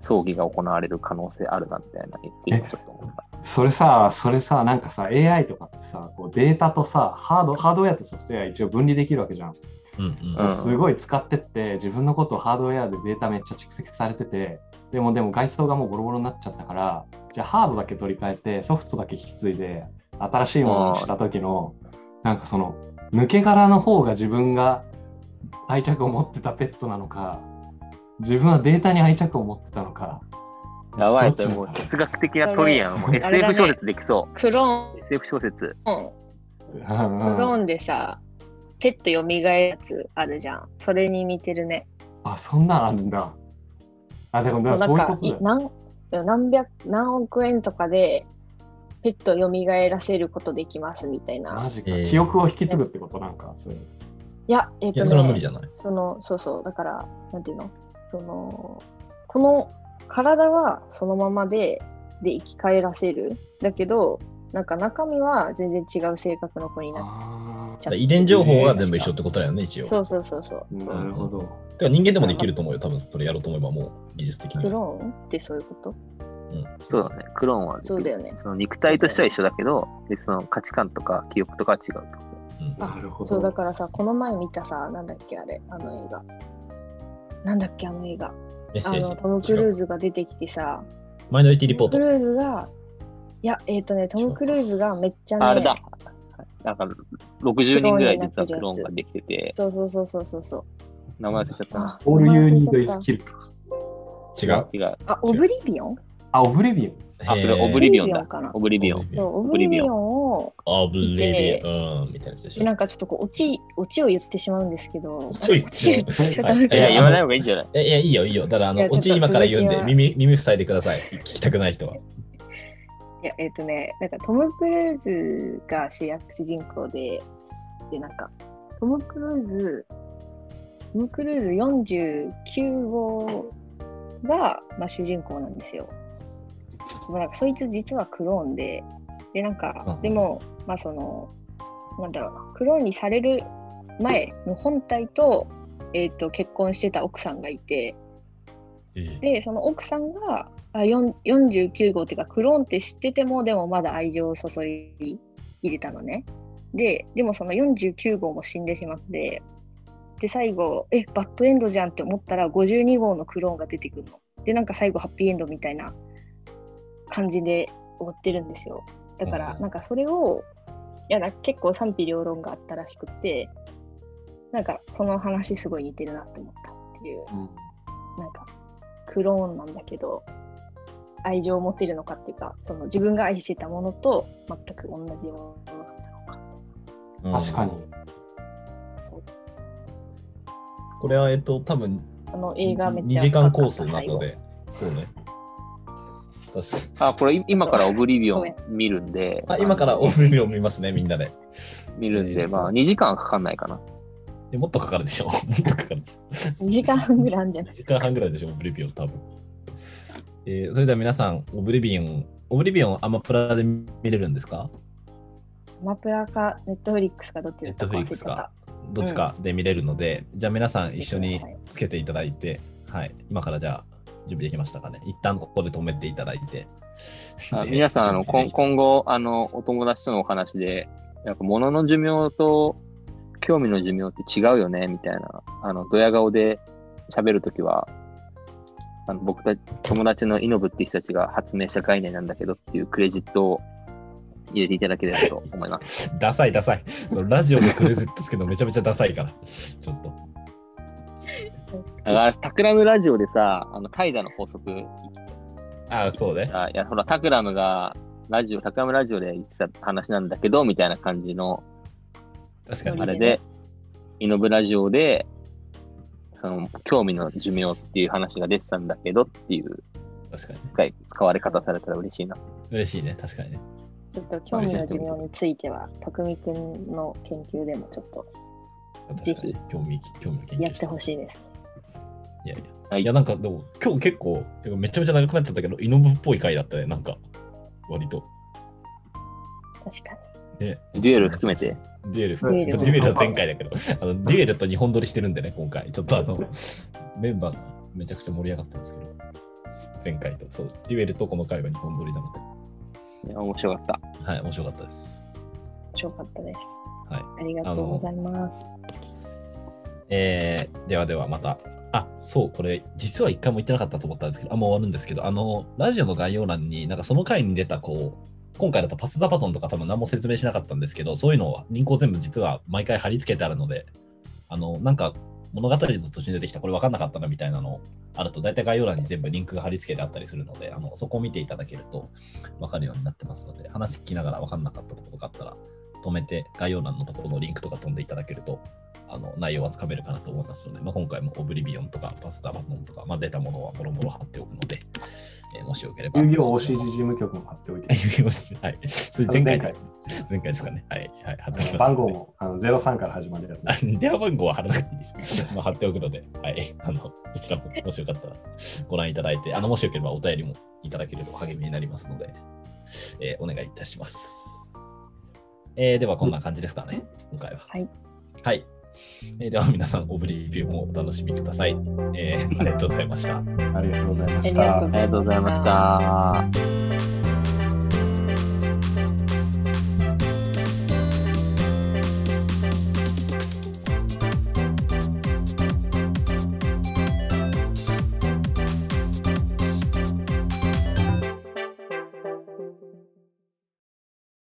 [SPEAKER 4] 葬儀が行われる可能性あるなみたいな言って今ちょっと思った。
[SPEAKER 1] それさ、それさ、なんかさ、AI とかってさ、こうデータとさ、ハード、ハードウェアとソフトウェア一応分離できるわけじゃん。
[SPEAKER 2] うん。
[SPEAKER 4] う
[SPEAKER 2] うん
[SPEAKER 4] ん
[SPEAKER 1] すごい使ってって、自分のことをハードウェアでデータめっちゃ蓄積されてて、でもでも外装がもうボロボロになっちゃったから、じゃあハードだけ取り替えて、ソフトだけ引き継いで、新しいものにした時の、なんかその、抜け殻の方が自分が愛着を持ってたペットなのか、自分はデータに愛着を持ってたのか。
[SPEAKER 4] やばい、
[SPEAKER 1] どっ
[SPEAKER 4] それ
[SPEAKER 1] ちな
[SPEAKER 4] も
[SPEAKER 1] の
[SPEAKER 4] う
[SPEAKER 1] か
[SPEAKER 4] 哲学的な問いやん。もう
[SPEAKER 3] あれだ
[SPEAKER 4] SF
[SPEAKER 3] ね
[SPEAKER 4] 小説できそう。
[SPEAKER 3] クロ
[SPEAKER 4] SF 小説。
[SPEAKER 3] ーン、
[SPEAKER 1] うん
[SPEAKER 3] ク
[SPEAKER 1] うん
[SPEAKER 3] ローンでさ、ペット蘇るやつあるじゃん。それに似てるね。
[SPEAKER 1] あ、そんなんあるんだ。あ、でも、で
[SPEAKER 3] も
[SPEAKER 1] も
[SPEAKER 3] うな
[SPEAKER 1] そ
[SPEAKER 3] ん
[SPEAKER 1] ういう
[SPEAKER 3] か
[SPEAKER 1] ことだよ。
[SPEAKER 3] 何何百何億円とかでペットを蘇らせることできますみたいな。
[SPEAKER 1] マジか、
[SPEAKER 2] えー
[SPEAKER 1] 記憶を引き継ぐってことなんか、そういう。
[SPEAKER 3] いや、えっ、
[SPEAKER 2] いや、
[SPEAKER 3] と
[SPEAKER 2] それは無理じ
[SPEAKER 3] ね、
[SPEAKER 2] ゃない。
[SPEAKER 3] そのそうそうだからなんていうの、そのこの体はそのままでで生き返らせるだけど、なんか中身は全然違う性格の子になっ
[SPEAKER 1] あ
[SPEAKER 3] ちゃう。
[SPEAKER 2] 遺伝情報が全部一緒ってことだよね、一応。
[SPEAKER 3] そうそうそうそう。
[SPEAKER 1] ー
[SPEAKER 3] そ
[SPEAKER 1] な
[SPEAKER 3] う
[SPEAKER 1] るほど。
[SPEAKER 2] てか人間でもできると思うよ、多分それやろうと思えばもう技術的
[SPEAKER 3] ク
[SPEAKER 2] には。
[SPEAKER 3] ローンってそういうこと
[SPEAKER 2] うん、
[SPEAKER 4] そうだね。クローンは、
[SPEAKER 3] そうだよね。
[SPEAKER 4] その肉体としては一緒だけど、でその価値観とか記憶とかは違うってこと
[SPEAKER 2] うん
[SPEAKER 1] なるほど。
[SPEAKER 3] そうだからさ、この前見たさ、なんだっけあれ、あの映画。なんだっけあの映画。
[SPEAKER 2] メッセ
[SPEAKER 3] あのト
[SPEAKER 2] ー
[SPEAKER 3] ム・
[SPEAKER 2] ジ。
[SPEAKER 3] ク
[SPEAKER 2] 違
[SPEAKER 3] ルー
[SPEAKER 2] う
[SPEAKER 3] ズが出てきてさ、
[SPEAKER 2] マイノリティ
[SPEAKER 3] ト
[SPEAKER 2] リポー
[SPEAKER 3] ム・
[SPEAKER 2] ト
[SPEAKER 3] ク。ルーズが、いや、えっ、とね、トム・クルーズがめっちゃね、
[SPEAKER 4] あれだ。なんか60人ぐらい実はクローンができてて、
[SPEAKER 3] そうそうそうそうそうそう。
[SPEAKER 4] 名前忘れちゃったな。
[SPEAKER 1] オールユーニードイス
[SPEAKER 3] あ
[SPEAKER 1] キル。
[SPEAKER 2] 違う。
[SPEAKER 4] 違う。
[SPEAKER 3] あ、オブリビオン
[SPEAKER 1] あ、オブリビオン。
[SPEAKER 4] あ、それオブ
[SPEAKER 2] リ
[SPEAKER 4] リビ
[SPEAKER 3] オブリビオ
[SPEAKER 4] オン
[SPEAKER 3] ン
[SPEAKER 4] だ
[SPEAKER 3] かな。
[SPEAKER 4] オブリビオン。
[SPEAKER 3] そう、オ
[SPEAKER 4] オ
[SPEAKER 3] ブ
[SPEAKER 4] ブリ
[SPEAKER 3] リビ
[SPEAKER 4] ビオン
[SPEAKER 3] オンを、
[SPEAKER 2] オブリビオンみたいなやつでしょ。
[SPEAKER 3] なんかちょっとこう、オチ、オチを言ってしまうんですけど、オ
[SPEAKER 2] チを言ってし
[SPEAKER 1] まう
[SPEAKER 3] [laughs] ちょっと待っ
[SPEAKER 4] い
[SPEAKER 3] て
[SPEAKER 2] い
[SPEAKER 4] や、
[SPEAKER 2] や
[SPEAKER 4] 言わない方がいいんじゃない
[SPEAKER 2] えいや、いいよ、いいよ。ただ、あ
[SPEAKER 3] い
[SPEAKER 2] の、
[SPEAKER 3] やちょ
[SPEAKER 2] オ
[SPEAKER 3] っと
[SPEAKER 2] チ今から言うんで、
[SPEAKER 3] 続きは
[SPEAKER 2] 耳、耳塞いでください。聞きたくない人は。
[SPEAKER 3] いや、えっ、とね、なんかトム・クルーズが主役主人公で、で、なんか、トム・クルーズ、トム・クルーズ49号が、まあ、主人公なんですよ。でもなんか、そいつ実はクローンで、で、なん
[SPEAKER 2] うんう
[SPEAKER 3] か
[SPEAKER 2] ん、
[SPEAKER 3] でも、まあ、その、なんだろうな、クローンにされる前の本体と、えっ、と、結婚してた奥さんがいて、でその奥さんがあよん49号っていうかクローンって知っててもでもまだ愛情を注ぎ入れたのねででもその49号も死んでしまってで最後えバッドエンドじゃんって思ったら52号のクローンが出てくるのでなんか最後ハッピーエンドみたいな感じで終わってるんですよだから
[SPEAKER 2] うん
[SPEAKER 3] なんかそれをいやなんか結構賛否両論があったらしくってなんかその話すごい似てるなって思ったっていう
[SPEAKER 1] うん
[SPEAKER 3] なんかクローンなんだけど愛情を持てるのかっていうかその自分が愛してたものと全く同じものだったのか
[SPEAKER 2] うん
[SPEAKER 1] 確かに。。
[SPEAKER 3] そう
[SPEAKER 2] これは、えっと、多分
[SPEAKER 3] あの映画めっち
[SPEAKER 2] 2
[SPEAKER 3] ゃ
[SPEAKER 2] 時
[SPEAKER 3] 良か
[SPEAKER 2] 間
[SPEAKER 3] った
[SPEAKER 2] コースな
[SPEAKER 3] 最後
[SPEAKER 2] ので、そうね。確かに。
[SPEAKER 4] あ、これい今からオブリビオ
[SPEAKER 3] ごめん
[SPEAKER 4] ン見るんで、
[SPEAKER 2] あ今からオープニングを見ますね、みんなで。
[SPEAKER 4] 見るん
[SPEAKER 2] え
[SPEAKER 4] で、
[SPEAKER 2] ー
[SPEAKER 4] まあ2時間はかかんないかな。
[SPEAKER 2] えもっとかかるでしょ [laughs] もっとかかる。
[SPEAKER 3] 2時間半ぐらいあるんじゃない
[SPEAKER 2] 2時間半ぐらいでしょ、オブリビオン多分。えーそれでは皆さん、オブリビオン、オブリビオンアマプラで見れるんですか
[SPEAKER 3] アマプラか、ネットフリックスかどっちだったか忘れて
[SPEAKER 2] Netflix か
[SPEAKER 3] た。
[SPEAKER 2] どっちかで見れるので、じゃあ皆さん一緒につけていただいて、はい、今からじゃあ準備できましたかね。一旦ここで止めていただいて。
[SPEAKER 4] あ
[SPEAKER 2] で
[SPEAKER 4] 皆さんあの
[SPEAKER 2] 準備
[SPEAKER 4] 今
[SPEAKER 2] でき
[SPEAKER 4] 今後あのお友達とのお話でやっぱ物の寿命と興味の寿命って違うよねみたいなあのドヤ顔で喋るときはあの僕たち友達のイノブって人たちが発明した概念なんだけどっていうクレジットを入れていただければと思
[SPEAKER 2] [laughs]
[SPEAKER 4] います。
[SPEAKER 2] ダサいダサい。そのラジオのクレジットつけるのめちゃめちゃダサいから。ちょっと。
[SPEAKER 4] だからタクラムラジオでさあの怠惰の法則
[SPEAKER 2] ああ、そうね。
[SPEAKER 4] あいやほらタクラムがラジオタクラムラジオで言ってた話なんだけどみたいな感じの
[SPEAKER 2] 確かに。
[SPEAKER 4] あれで、イノブラジオで、その興味の寿命っていう話が出てたんだけどっていう
[SPEAKER 2] 確かに。
[SPEAKER 4] 使い使われ方されたら嬉しいな。
[SPEAKER 2] 嬉しいね。確かにね。
[SPEAKER 3] ちょっと興味の寿命については、匠くんの研究でもちょっと
[SPEAKER 2] 確かに。興味、興味の研究
[SPEAKER 3] やってほしいです。
[SPEAKER 2] いやいや。
[SPEAKER 4] はい
[SPEAKER 2] い、や、なんかでも、今日結構、めちゃめちゃ長くなっちゃったけど、イノブっぽい回だったね。なんか、割と。
[SPEAKER 3] 確か
[SPEAKER 2] ね、
[SPEAKER 4] デュエル含めて。
[SPEAKER 2] デュエル
[SPEAKER 1] デュエル
[SPEAKER 2] デュエルは前回だけど、あのデュエルと2本撮りしてるんでね、今回。ちょっとあの、メンバーがめちゃくちゃ盛り上がったんですけど、前回と、そう、デュエルとこの回は2本撮りなの
[SPEAKER 4] いや面白かった。
[SPEAKER 2] で、はい、面白かったです。
[SPEAKER 3] に。面白かったです。
[SPEAKER 2] はい。
[SPEAKER 3] ありがとうございます。
[SPEAKER 2] えーではではまた。あ、そう、これ、実は一回も言ってなかったと思ったんですけど、あ、もう終わるんですけど、あの、ラジオの概要欄に、なんかその回に出た、こう、今回だとパスザパトンとか多分何も説明しなかったんですけど、そういうのをリンクを全部実は毎回貼り付けてあるので、あの、なんか物語の途中に出てきた、これ分かんなかったなみたいなのあると、大体概要欄に全部リンクが貼り付けてあったりするので、あのそこを見ていただけると分かるようになってますので、話聞きながら分かんなかったとことかあったら、止めて概要欄のところのリンクとか飛んでいただけるとあの内容はつかめるかなと思いますので、まあ、今回もオブリビオンとかパスタバトンとか、まあ、出たものはもろもろ貼っておくので、えーもしよければ。
[SPEAKER 1] 遊戯王 OCG 事務局も貼っておいて。
[SPEAKER 2] 遊戯王 OCG はい。それ前回です。前回ですかね。はい。はい、貼
[SPEAKER 1] あ
[SPEAKER 2] っておきますので
[SPEAKER 1] の番号もあの03から始まるやつ
[SPEAKER 2] あ [laughs] 電話番号は貼らなくていいでしょ。 [laughs] まあ貼っておくので、はい。あの、そちらも、もしよかったらご覧いただいて、あの、もしよければお便りもいただけると励みになりますので、えーお願いいたします。えーでは、こんな感じですかね、今回は。
[SPEAKER 3] はい。
[SPEAKER 2] はい。えーでは、皆さん、オブリビューもお楽しみください。えーありがとうございました。
[SPEAKER 1] ありがとうございま
[SPEAKER 3] あり
[SPEAKER 1] し
[SPEAKER 3] がとうございました
[SPEAKER 1] た。
[SPEAKER 4] ありがとうございました。